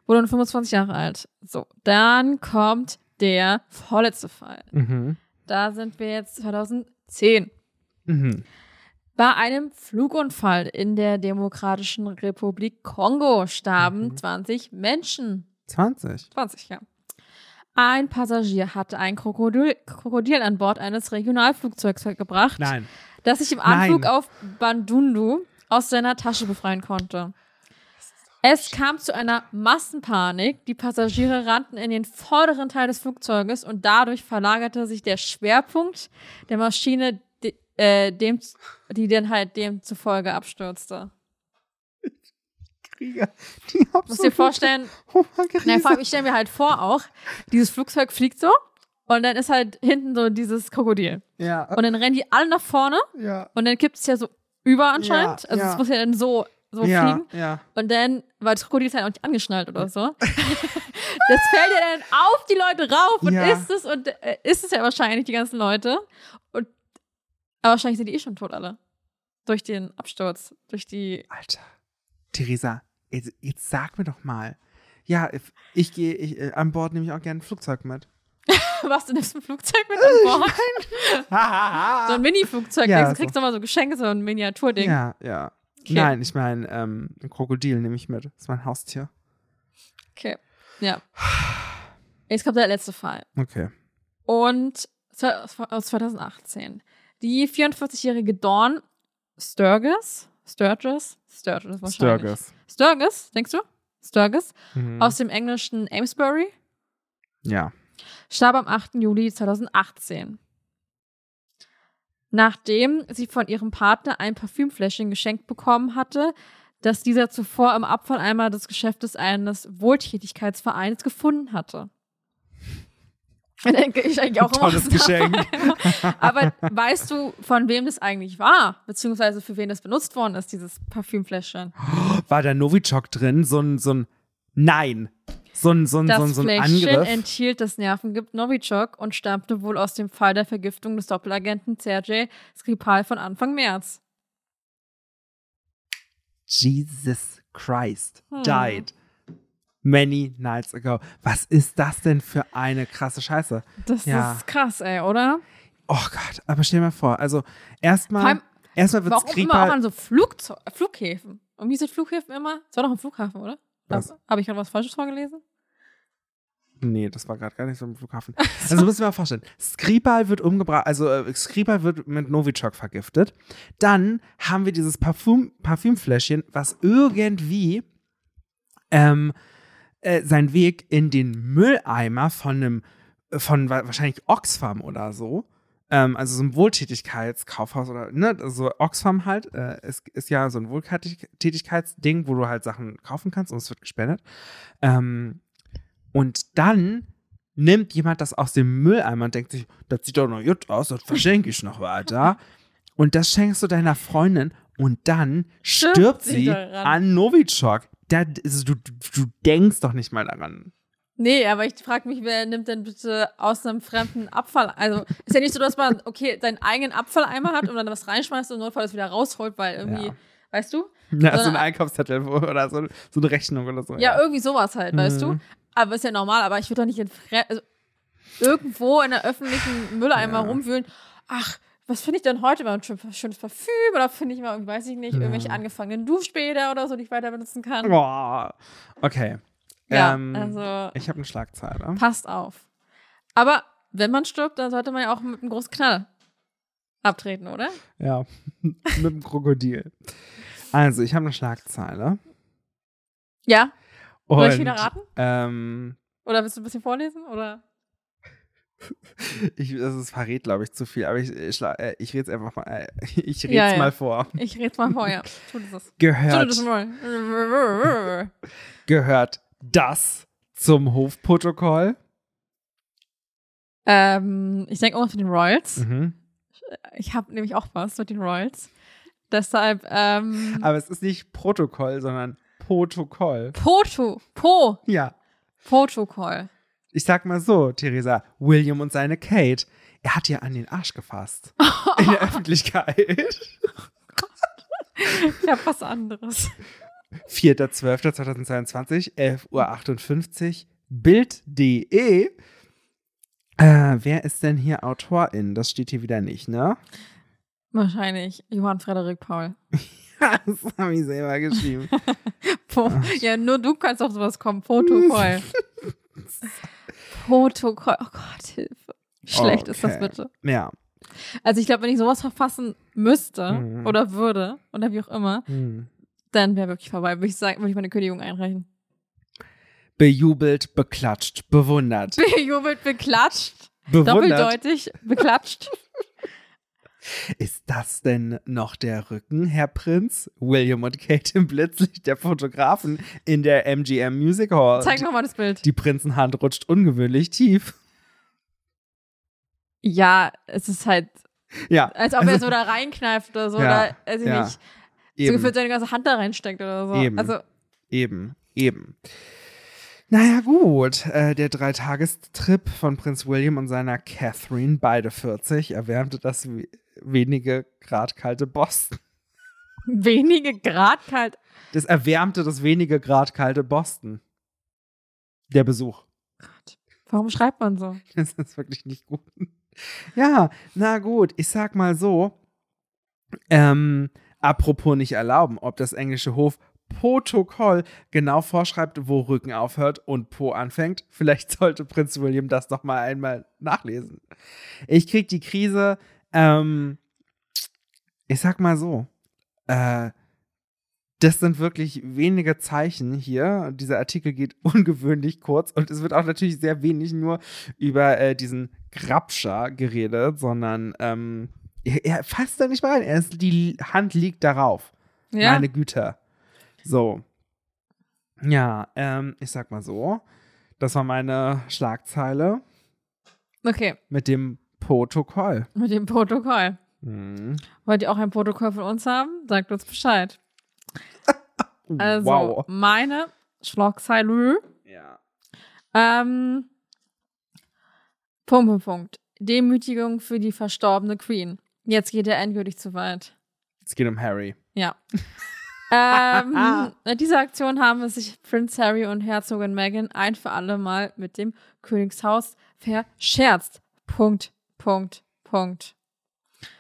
wurde dann 25 Jahre alt. So, dann kommt der vorletzte Fall.
Mhm.
Da sind wir jetzt 2010.
Mhm.
Bei einem Flugunfall in der Demokratischen Republik Kongo starben
Mhm.
20 Menschen.
20.
20, ja. Ein Passagier hatte ein Krokodil, Krokodil an Bord eines Regionalflugzeugs gebracht,
Nein.
das sich im Anflug
Nein.
auf Bandundu aus seiner Tasche befreien konnte. Es kam zu einer Massenpanik. Die Passagiere rannten in den vorderen Teil des Flugzeuges und dadurch verlagerte sich der Schwerpunkt der Maschine, de, äh, dem, die dann halt demzufolge abstürzte.
Krieger. Die
Muss dir vorstellen, Na, vor allem, ich stelle mir halt vor auch, dieses Flugzeug fliegt so und dann ist halt hinten so dieses Krokodil.
Ja,
Und dann rennen die alle nach vorne
ja.
und dann kippt es ja so über anscheinend.
Ja,
also
ja.
es muss ja dann so, so
ja,
fliegen.
ja.
Und dann, weil das Krokodil ist halt auch nicht angeschnallt oder so. das fällt ja dann auf die Leute rauf und
Ja.
isst ist es und äh, ist es ja wahrscheinlich die ganzen Leute. Und, aber wahrscheinlich sind die eh schon tot alle. Durch den Absturz, durch die.
Alter. Theresa, jetzt, jetzt sag mir doch mal. Ja, if- ich gehe, ich, äh, an Bord nehme ich auch gerne ein Flugzeug mit.
Warst du in diesem Flugzeug mit an Bord? So ein
Hahaha.
Mini-Flugzeug.
Ja,
denkst du
so.
kriegst du mal so Geschenke, so ein Miniaturding.
ja, ja.
Okay.
Nein, ich meine, ähm, ein Krokodil nehme ich mit. ist mein Haustier.
Okay. Ja. Jetzt kommt der letzte Fall.
Okay.
Und zwar- aus 2018. Die 44-jährige Dawn Sturgis, Sturgis, Sturgis wahrscheinlich.
Sturgis.
Sturgis. Sturgis, denkst du? Sturgis,
Mhm.
aus dem englischen Amesbury,
ja.
starb am 8. Juli 2018. Nachdem sie von ihrem Partner ein Parfümfläschchen geschenkt bekommen hatte, das dieser zuvor im Abfalleimer des Geschäftes eines Wohltätigkeitsvereins gefunden hatte. Da Denke ich eigentlich auch immer
Tolles
aus dem
Geschenk.
Abfalleimer. Aber weißt du, von wem das eigentlich war? Beziehungsweise für wen das benutzt worden ist, dieses Parfümfläschchen?
War da Novichok drin? So ein, so ein Nein. So ein, so ein, so ein,
Das
so ein
Fläschchen
Angriff.
enthielt das Nervengift Novichok und stammte wohl aus dem Fall der Vergiftung des Doppelagenten Sergei Skripal von Anfang März.
Jesus Christ
Hm.
died many nights ago. Was ist das denn für eine krasse Scheiße?
Das
Ja.
ist krass, ey, oder?
Oh Gott, aber stell dir mal vor, also
Vor
erstmal
allem,
erstmal wird
Warum immer auch
Skripal
an so Flugzeug, Flughäfen? Und wie sind Flughäfen immer? Es war doch ein Flughafen, oder?
Was?
Habe ich gerade was Falsches vorgelesen?
Nee, das war gerade gar nicht so im Flughafen. Also müssen wir mal vorstellen, Skripal wird umgebracht, also äh, Skripal wird mit Novichok vergiftet. Dann haben wir dieses Parfüm Parfümfläschchen, was irgendwie ähm, äh, seinen Weg in den Mülleimer von einem, von wa- wahrscheinlich Oxfam oder so, ähm, also so ein Wohltätigkeitskaufhaus oder, ne, also Oxfam halt, äh, ist, ist ja so ein Wohltätigkeitsding, wo du halt Sachen kaufen kannst und es wird gespendet. Ähm, und dann nimmt jemand das aus dem Mülleimer und denkt sich, das sieht doch noch gut aus, das verschenke ich noch weiter. Und das schenkst du deiner Freundin und dann
Stirbt
stirbt
sie
sie
daran.
an Novichok. Da, also du, du, du denkst doch nicht mal daran.
Nee, aber ich frage mich, wer nimmt denn bitte aus einem fremden Abfall? Also ist ja nicht so, dass man, okay, seinen eigenen Abfalleimer hat und dann was reinschmeißt und im Notfall das wieder rausholt, weil irgendwie,
Ja.
weißt du?
Ja, so
Sondern-
ein Einkaufszettel wo- oder so, so eine Rechnung oder so.
Ja, irgendwie sowas halt, weißt du?
Mhm.
Aber ist ja normal, aber ich würde doch nicht in Fre also irgendwo in der öffentlichen Mülleimer
Ja.
rumwühlen. Ach, was finde ich denn heute mal ein schön- schönes Parfüm oder finde ich mal, irgendwie, weiß ich nicht, irgendwelche angefangenen Duschbäder oder so, die ich weiter benutzen kann.
Boah. Oh, Okay.
Ja,
ähm,
also
Ich habe eine Schlagzeile.
passt auf. Aber wenn man stirbt, dann sollte man ja auch mit einem großen Knall abtreten, oder?
Ja, mit dem Krokodil. Also, ich habe eine Schlagzeile.
Ja?
Und,
Soll ich wieder raten?
Ähm,
Oder willst du ein bisschen vorlesen? Oder?
ich, das ist verrät, glaube ich, zu viel, aber ich, ich, schla- äh, ich rede es einfach mal, äh, ich rede
Ja, ja.
mal vor.
Ich red's mal vorher. Tu das. Tu das
Gehört,
mal.
gehört das zum Hofprotokoll?
ähm, ich denke auch für den Royals.
Mhm.
Ich habe nämlich auch was mit den Royals. Deshalb, ähm,
Aber es ist nicht Protokoll, sondern Protokoll.
Poto, Po,
Ja.
Protokoll.
Ich sag mal so, Theresa, William und seine Kate, er hat ihr an den Arsch gefasst. In der Öffentlichkeit.
Ich habe was anderes.
4.12.2022, 11.58 Uhr, Bild.de. Äh, wer ist denn hier Autorin? Das steht hier wieder nicht, ne?
Wahrscheinlich Johann Frederik Paul.
das habe ich selber geschrieben.
Po-
Ah.
ja, nur du kannst auf sowas kommen. Protokoll. Protokoll. Oh Gott, Hilfe. Wie Schlecht ist das
Okay.
bitte.
ja.
Also ich glaube, wenn ich sowas verfassen müsste
Mhm.
oder würde oder wie auch immer,
Hm.
dann wäre wirklich vorbei. Würde ich sagen, würde ich meine Kündigung einreichen.
Bejubelt, beklatscht, bewundert.
Bejubelt, beklatscht,
bewundert.
doppeldeutig, beklatscht.
Ist das denn noch der Rücken, Herr Prinz? William und Kate im Blitzlicht der Fotografen in der MGM Music Hall.
Zeig nochmal das Bild.
Die Prinzenhand rutscht ungewöhnlich tief.
Ja, es ist halt,
Ja,
als ob er so da reinkneift oder so.
Also Ja,
Oder, weiß ich
ja,
nicht, so
eben,
gefühlt seine ganze Hand da reinsteckt oder so.
Eben.
Also,
eben, eben. Naja, gut. Äh, der Dreitagestrip von Prinz William und seiner Catherine, beide 40, erwärmte das we- wenige Grad kalte Boston.
wenige Grad kalt.
Das erwärmte das wenige Grad kalte Boston. Der Besuch.
Warum schreibt man so?
Das ist wirklich nicht gut. Ja, na gut, ich sag mal so. Ähm, apropos nicht erlauben, ob das englische Hof Protokoll genau vorschreibt, wo Rücken aufhört und Po anfängt. Vielleicht sollte Prinz William das noch mal einmal nachlesen. Ich krieg die Krise. Ähm, ich sag mal so. Äh, das sind wirklich wenige Zeichen hier. Dieser Artikel geht ungewöhnlich kurz und es wird auch natürlich sehr wenig nur über äh, diesen Grabscher geredet, sondern ähm, er, er fasst da nicht mal rein. Er ist, die Hand liegt darauf.
Ja,
Meine Güter. So. Ja, ähm, ich sag mal so. Das war meine Schlagzeile
okay,
mit dem Protokoll.
mit dem Protokoll.
Mhm.
Wollt ihr auch ein Protokoll von uns haben? Sagt uns Bescheid. Also,
Uh, wow.
meine Schlagzeile.
Ja.
Ähm, Punkt, Punkt, Punkt. Demütigung für die verstorbene Queen. Jetzt geht er endgültig zu weit.
Es geht um Harry.
Ja. ähm, mit dieser Aktion haben es sich Prinz Harry und Herzogin Meghan ein für alle Mal mit dem Königshaus verscherzt. Punkt, Punkt, Punkt.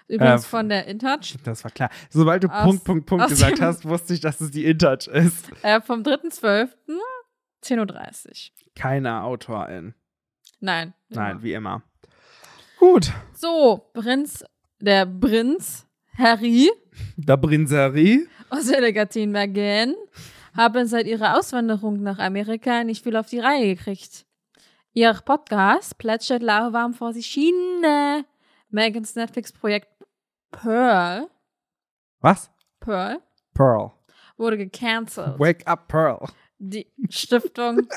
Übrigens
Äh,
von der Intouch
Das war klar. Sobald du
Aus-
Punkt, Punkt, Punkt
aus
gesagt
dem-
hast, wusste ich, dass es die Intouch ist.
äh, vom 3.12.10.30 Uhr.
Keine Autorin.
Nein.
Nein, wie immer. Gut.
So, Prinz, der Prinz Harry
Da Brinserie.
aus der Gattin Meghan haben seit ihrer Auswanderung nach Amerika nicht viel auf die Reihe gekriegt. Ihr Podcast plätschert lauwarm vor sich hin. Megans Netflix-Projekt Pearl,
Was?
Pearl
Pearl.
wurde gecancelt.
Wake up, Pearl.
Die Stiftung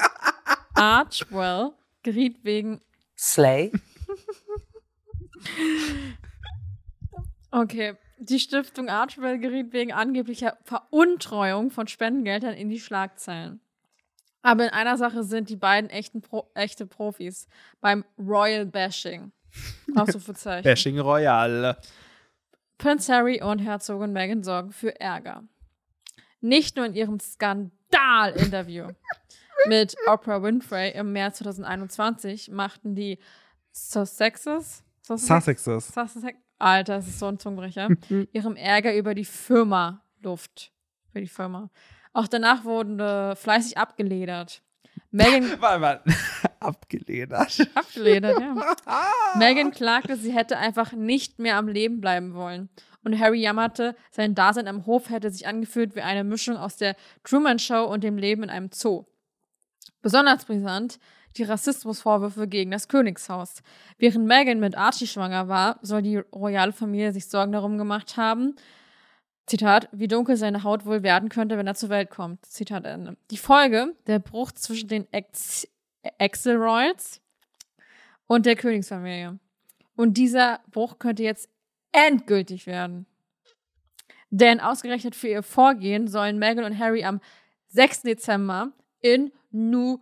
Archwell geriet wegen
Slay.
Okay. Die Stiftung Archwell geriet wegen angeblicher Veruntreuung von Spendengeldern in die Schlagzeilen. Aber in einer Sache sind die beiden echten Pro echte Profis. Beim Royal Bashing. Ausrufezeichen.
Bashing Royale.
Prinz Harry und Herzogin Meghan sorgen für Ärger. Nicht nur in ihrem Skandal-Interview mit Oprah Winfrey im März 2021 machten die Sussexes, Sussexes
Sussexes.
Sussex. Alter, das ist so ein Zungenbrecher. Ihrem Ärger über die Firma Luft. Für die Firma. Auch danach wurden äh, fleißig abgeledert. Megan
Warte mal. Abgeledert.
abgeledert, ja. Megan klagte, sie hätte einfach nicht mehr am Leben bleiben wollen. Und Harry jammerte, sein Dasein am Hof hätte sich angefühlt wie eine Mischung aus der Truman Show und dem Leben in einem Zoo. Besonders brisant die Rassismusvorwürfe gegen das Königshaus. Während Meghan mit Archie schwanger war, soll die royale Familie sich Sorgen darum gemacht haben, Zitat, wie dunkel seine Haut wohl werden könnte, wenn er zur Welt kommt. Zitat Ende. Die Folge, der Bruch zwischen den Ex Axelroyds und der Königsfamilie. Und dieser Bruch könnte jetzt endgültig werden. Denn ausgerechnet für ihr Vorgehen sollen Meghan und Harry am 6. Dezember in New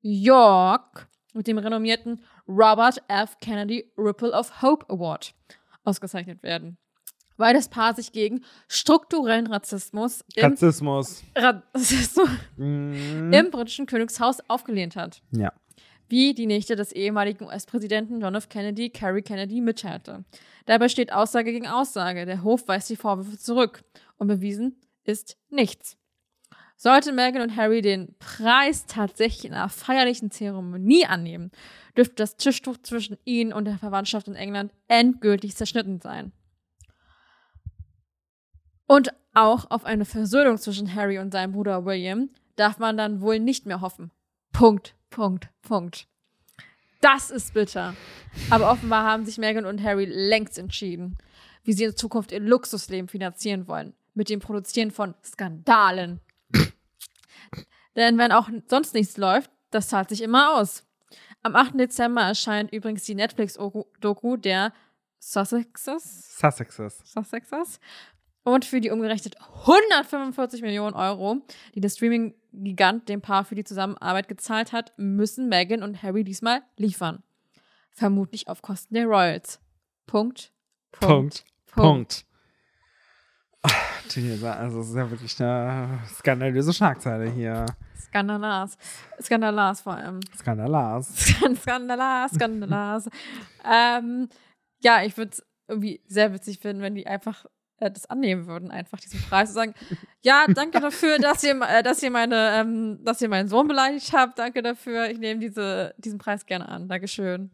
York mit dem renommierten Robert F. Kennedy Ripple of Hope Award ausgezeichnet werden. weil das Paar sich gegen strukturellen Rassismus im,
Rassismus.
Rassismus
Mhm.
im britischen Königshaus aufgelehnt hat,
Ja.
wie die Nichte des ehemaligen US-Präsidenten John F. Kennedy, Carrie Kennedy, mitteilte. Dabei steht Aussage gegen Aussage. Der Hof weist die Vorwürfe zurück und bewiesen ist nichts. Sollte Meghan und Harry den Preis tatsächlich in einer feierlichen Zeremonie annehmen, dürfte das Tischtuch zwischen ihnen und der Verwandtschaft in England endgültig zerschnitten sein. Und auch auf eine Versöhnung zwischen Harry und seinem Bruder William darf man dann wohl nicht mehr hoffen. Punkt, Punkt, Punkt. Das ist bitter. Aber offenbar haben sich Meghan und Harry längst entschieden, wie sie in Zukunft ihr Luxusleben finanzieren wollen. Mit dem Produzieren von Skandalen. Denn wenn auch sonst nichts läuft, das zahlt sich immer aus. Am 8. Dezember erscheint übrigens die Netflix-Doku der Sussexes.
Sussexes.
Sussexers. Und für die umgerechnet 145 Millionen Euro, die der Streaming-Gigant dem Paar für die Zusammenarbeit gezahlt hat, müssen Meghan und Harry diesmal liefern. Vermutlich auf Kosten der Royals. Punkt.
Punkt. Punkt. Ah, Theresa, also es ist ja wirklich eine skandalöse Schlagzeile hier.
Skandalas. Skandalas vor allem.
Skandalas.
Skandalas, Skandalas. ähm, ja, ich würde es irgendwie sehr witzig finden, wenn die einfach äh, das annehmen würden, einfach diesen Preis und sagen, ja, danke dafür, dass ihr, äh, dass ihr meine, ähm, dass ihr meinen Sohn beleidigt habt, danke dafür, ich nehme diese, diesen Preis gerne an, Dankeschön.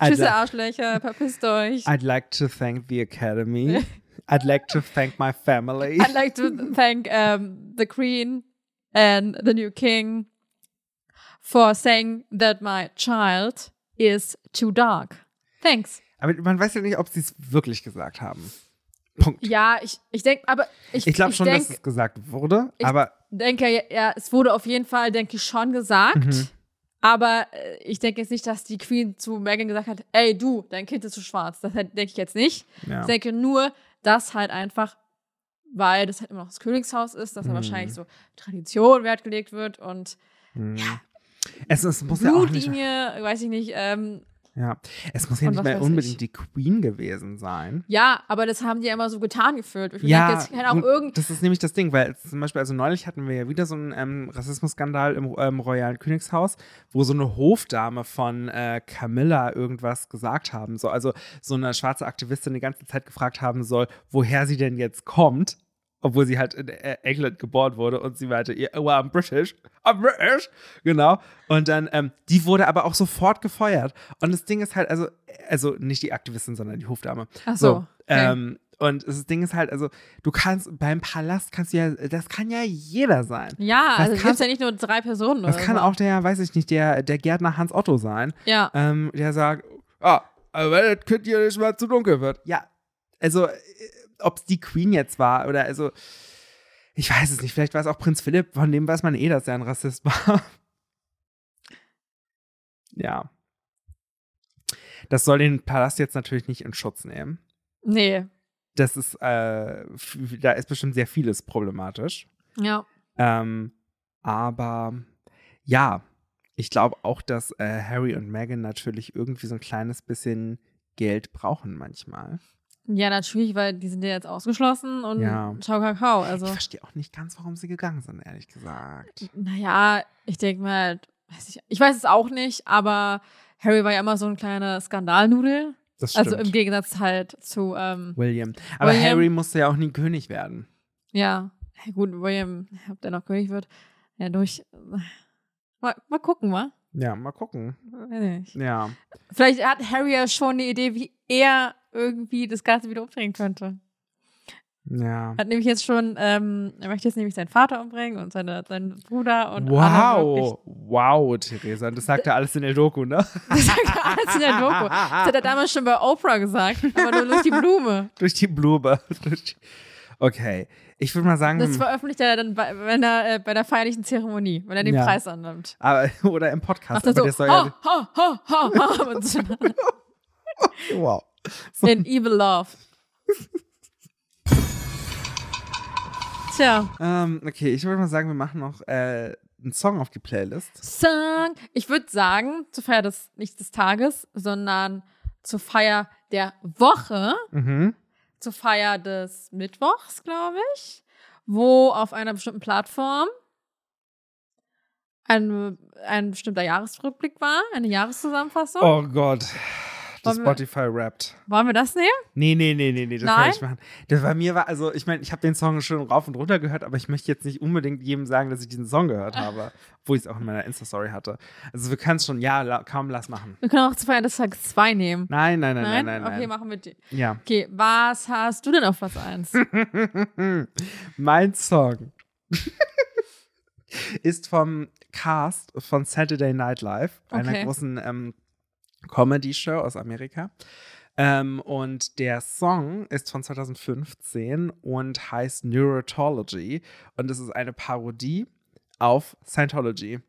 Tschüss, ihr
I'd,
Arschlöcher, verpisst euch.
I'd like to thank the Academy. I'd like to thank my family.
I'd like to thank um, the Queen and the new King for saying that my child is too dark. Thanks.
Aber man weiß ja nicht, ob sie es wirklich gesagt haben. Punkt.
Ja, ich, ich denke, aber ich,
ich glaube schon,
denk,
dass es gesagt wurde,
Ich-
aber
denke, ja, ja, es wurde auf jeden Fall, denke ich, schon gesagt.
Mhm.
Aber äh, ich denke jetzt nicht, dass die Queen zu Meghan gesagt hat, ey, du, dein Kind ist zu schwarz. Das halt, denke ich jetzt nicht.
ja.
Ich denke nur, dass halt einfach, weil das halt immer noch das Königshaus ist, dass da
Mhm.
wahrscheinlich so Tradition Wert gelegt wird und
Mhm. Es, es muss ja auch nicht,
Blutlinie, weiß ich nicht. Ähm,
ja. Es muss ja
Und
nicht
was
mehr
weiß
unbedingt
ich.
die Queen gewesen sein.
ja, aber das haben die ja immer so getan gefühlt. Ich
Ja,
denke, es kann halt auch
und
irgend.
das ist nämlich das Ding, weil zum Beispiel, also neulich hatten wir ja wieder so einen ähm, Rassismusskandal im ähm, Royalen Königshaus, wo so eine Hofdame von äh, Camilla irgendwas gesagt haben soll. Also so eine schwarze Aktivistin die ganze Zeit gefragt haben soll, woher sie denn jetzt kommt, obwohl sie halt in äh, England geboren wurde und sie meinte, yeah, well, I'm British, I'm British, genau. Und dann, ähm, die wurde aber auch sofort gefeuert. Und das Ding ist halt, also, also nicht die Aktivistin, sondern die Hofdame.
Ach so, okay.
ähm, und das Ding ist halt, also du kannst beim Palast kannst du ja, das kann ja jeder sein.
Ja,
das
also es
kann-
gibt ja nicht nur drei Personen.
Das
oder
kann
so.
auch der, weiß ich nicht, der, der Gärtner Hans Otto sein,
Ja.
ähm, der sagt, ah, aber das könnt ihr nicht, weil es zu dunkel wird. Ja, also ob es die Queen jetzt war oder also, ich weiß es nicht, vielleicht war es auch Prinz Philipp, von dem weiß man eh, dass er ein Rassist war. ja. Das soll den Palast jetzt natürlich nicht in Schutz nehmen.
Nee.
das ist, äh, f- da ist bestimmt sehr vieles problematisch.
Ja.
Ähm, aber ja, ich glaube auch, dass äh, Harry und Meghan natürlich irgendwie so ein kleines bisschen Geld brauchen manchmal.
Ja, natürlich, weil die sind ja jetzt ausgeschlossen und
Ja.
ciao Kakao.
Ich
Also,
verstehe auch nicht ganz, warum sie gegangen sind, ehrlich gesagt.
naja, ich denke mal, weiß ich, ich weiß es auch nicht, aber Harry war ja immer so ein kleiner Skandalnudel.
Das stimmt.
Also im Gegensatz halt zu, ähm,
William. Aber
William-
Harry musste ja auch nie König werden.
ja, hey, gut, William, ob der noch König wird, ja, durch. Mal, mal gucken, wa?
Ja, mal gucken.
Weiß nicht.
Ja.
Vielleicht hat Harry ja schon eine Idee, wie er irgendwie das Ganze wieder umdrehen könnte.
Ja.
Hat nämlich jetzt schon, ähm, er möchte jetzt nämlich seinen Vater umbringen und seine, seinen Bruder und alle möglichen-
Wow. Wow, Theresa. Und das sagt ja alles in der Doku, ne?
Das sagt er alles in der Doku. Das hat er damals schon bei Oprah gesagt, aber nur durch die Blume.
Durch die Blume. Durch die- Okay. Ich würde mal sagen,
Das veröffentlicht er dann bei, wenn er, äh, bei der feierlichen Zeremonie, wenn er den
Ja.
Preis annimmt.
aber, oder im Podcast.
Macht er
aber
so, Oh.
das soll
ho, ho, ho, ho, ho, und so
ja, wow.
in Evil Love. Tja,
Ähm, okay, ich würde mal sagen, wir machen noch äh, einen Song auf die Playlist.
Song. Ich würde sagen, zur Feier des, nicht des Tages, sondern zur Feier der Woche
Mhm.
zur Feier des Mittwochs, glaube ich, wo auf einer bestimmten Plattform ein, ein bestimmter Jahresrückblick war, eine Jahreszusammenfassung.
Oh Gott. Das
Wollen wir-
Spotify rappt.
Wollen wir das nehmen?
Nee, nee, nee, nee, nee, das
Nein?
kann ich machen. Das bei mir war, also ich meine, ich habe den Song schon rauf und runter gehört, aber ich möchte jetzt nicht unbedingt jedem sagen, dass ich diesen Song gehört habe, wo ich es auch in meiner Insta-Story hatte. Also wir können es schon, ja, la, komm, lass machen.
Wir können auch zur Feier des Tages 2 nehmen.
Nein, nein, nein, nein, nein. nein,
okay, machen wir die.
Ja.
Okay, was hast du denn auf Platz 1?
mein Song ist vom Cast von Saturday Night Live, einer
Okay.
großen ähm, Comedy-Show aus Amerika. Ähm, und der Song ist von 2015 und heißt Neurotology. Und es ist eine Parodie auf Scientology.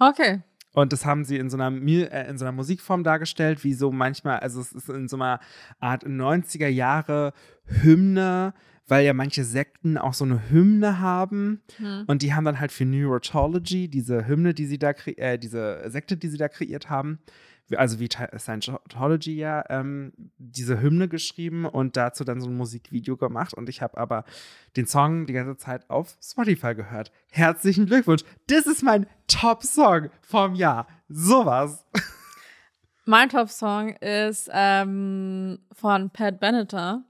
Okay.
Und das haben sie in so einer, Mu- äh, in so einer Musikform dargestellt, wie so manchmal, also es ist in so einer Art 90er Jahre Hymne, weil ja manche Sekten auch so eine Hymne haben.
Hm.
Und die haben dann halt für Neurotology diese Hymne, die sie da, kre- äh, diese Sekte, die sie da kreiert haben, wie- also wie Ti- Scientology ja, ähm, diese Hymne geschrieben und dazu dann so ein Musikvideo gemacht. Und ich habe aber den Song die ganze Zeit auf Spotify gehört. Herzlichen Glückwunsch. Das ist mein Top-Song vom Jahr. Sowas.
Mein Top-Song ist ähm, von Pat Benatar,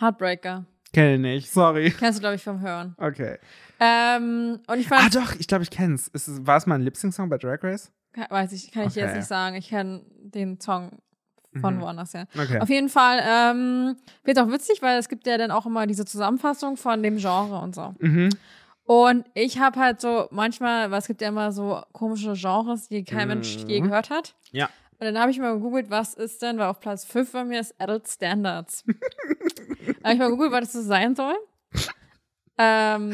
Heartbreaker.
Kenne ich, sorry.
Kennst du, glaube ich, vom Hören.
Okay.
Ähm, und ich
Ah
fand,
doch, ich glaube, ich kenne es. War es mal ein Lip-Sync-Song bei Drag Race?
Ke- weiß ich, kann ich jetzt
Okay.
nicht sagen. Ich kenne den Song von
Mhm.
woanders her.
Okay.
Auf jeden Fall ähm, wird auch witzig, weil es gibt ja dann auch immer diese Zusammenfassung von dem Genre und so.
Mhm.
Und ich habe halt so manchmal, weil es gibt ja immer so komische Genres, die kein Mensch je
Mhm.
gehört hat.
Ja.
Und dann habe ich mal gegoogelt, was ist denn, weil auf Platz 5 bei mir ist Adult Standards. habe ich mal gegoogelt, was das so sein soll. ähm,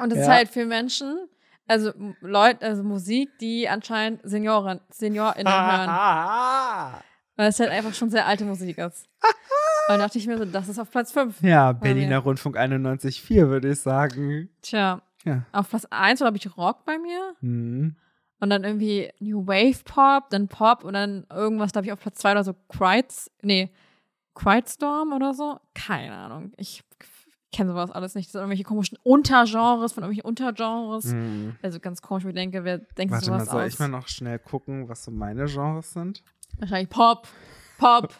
und das ist
Ja.
halt für Menschen, also m- Leute, also Musik, die anscheinend Senioren, SeniorInnen hören.
Ah.
Weil es halt einfach schon sehr alte Musik ist. Und dachte ich mir so, das ist auf Platz 5.
Ja,
mir.
Berliner Rundfunk 91.4 würde ich sagen.
Tja,
Ja.
auf Platz 1 habe ich Rock bei mir.
Hm.
Und dann irgendwie New Wave Pop, dann Pop und dann irgendwas, glaube ich, auf Platz 2 oder so. Quiets, nee, Quietstorm oder so. Keine Ahnung. Ich kenne sowas alles nicht. Das sind irgendwelche komischen Untergenres von irgendwelchen Untergenres.
Hm.
Also ganz komisch, ich denke, wer denkt sich
Warte mal,
sowas
soll
aus?
ich mal noch schnell gucken, was so meine Genres sind?
Wahrscheinlich Pop, Pop,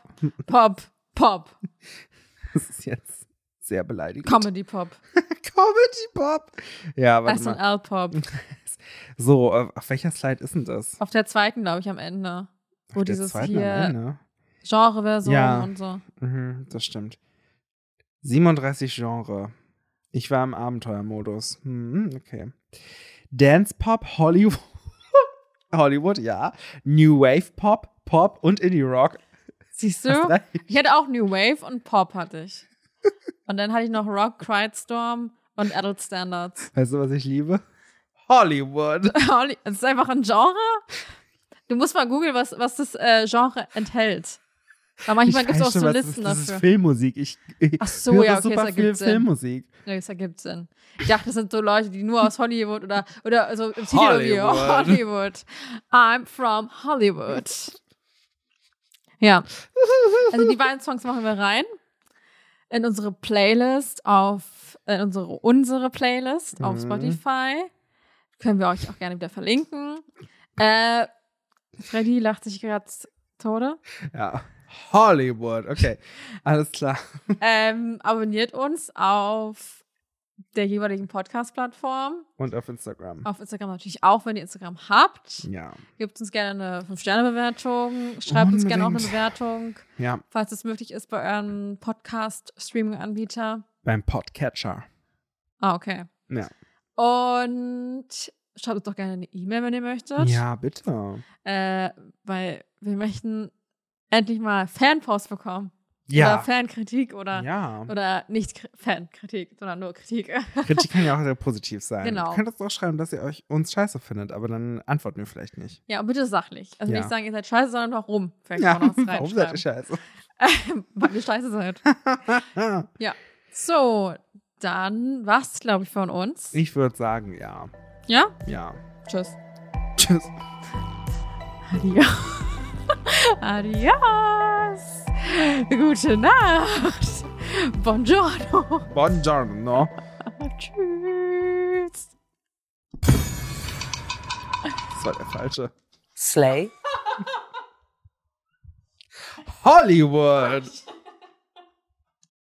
Pop, Pop,
Das ist jetzt sehr beleidigend.
Comedy Pop,
Comedy Pop. Ja, warte mal.
S&L Pop.
So, äh, auf welcher Slide ist denn das?
Auf der zweiten, glaube ich, am Ende. Wo
auf der
Oh, dieses
zweiten
hier
am
Genre-Version
Ja.
und so.
Ende. Mhm, das stimmt. 37 Genre. Ich war im Abenteuermodus. Hm, okay. Dance Pop, Hollywood. Hollywood, ja. New Wave Pop, Pop und Indie Rock.
Siehst
Hast
du?
recht.
Ich hatte auch New Wave und Pop hatte ich. Und dann hatte ich noch Rock, Cried Storm und Adult Standards.
Weißt du, was ich liebe? Hollywood.
Olli, Es ist einfach ein Genre. Du musst mal googeln, was, was das äh, Genre enthält. Aber manchmal gibt es auch so
was das
Listen
ist, das ist
dafür.
Filmmusik. Ich, ich
Ach so,
höre
ja, okay,
super
es
viel
ergibt Sinn.
Filmmusik.
Ja, das ergibt Sinn. Ich dachte, das sind so Leute, die nur aus Hollywood oder, oder also im Titel irgendwie,
Hollywood.
Hollywood. I'm from Hollywood. Ja. Also die beiden Songs machen wir rein in unsere Playlist auf in unsere unsere Playlist auf
Mhm.
Spotify. Können wir euch auch gerne wieder verlinken. Äh, Freddy lacht sich gerade zu Tode.
Ja. Hollywood, okay. Alles klar.
Ähm, abonniert uns auf der jeweiligen Podcast-Plattform.
Und auf Instagram.
Auf Instagram natürlich auch, wenn ihr Instagram habt.
Ja.
Gebt uns gerne eine 5-Sterne-Bewertung. Schreibt uns gerne auch eine
Unbedingt.
Bewertung,
Ja,
falls es möglich ist, bei eurem Podcast-Streaming-Anbieter.
beim Podcatcher.
Ah, okay.
Ja.
Und schreibt uns doch gerne eine E-Mail, wenn ihr möchtet.
Ja, bitte.
Äh, weil wir möchten endlich mal Fanpost bekommen. Oder
Ja.
Fankritik oder,
Ja.
oder nicht Kri- Fankritik, sondern nur Kritik.
Kritik kann ja auch sehr positiv sein.
Genau.
Ihr könnt uns auch schreiben, dass ihr euch uns scheiße findet, aber dann antworten wir vielleicht nicht.
ja, und bitte sachlich. Also
Ja.
nicht sagen, ihr seid scheiße, sondern warum. Vielleicht
Ja,
kann man auch was
warum seid ihr
reinschreiben.
scheiße?
Weil wir scheiße sind.
Ah,
So, dann war's, glaube ich, von uns.
Ich würde sagen, ja.
Ja?
Ja.
Tschüss.
Tschüss.
Adios. Adios. Gute Nacht. Buongiorno.
Buongiorno.
Tschüss.
Das war der falsche.
slay,
Hollywood.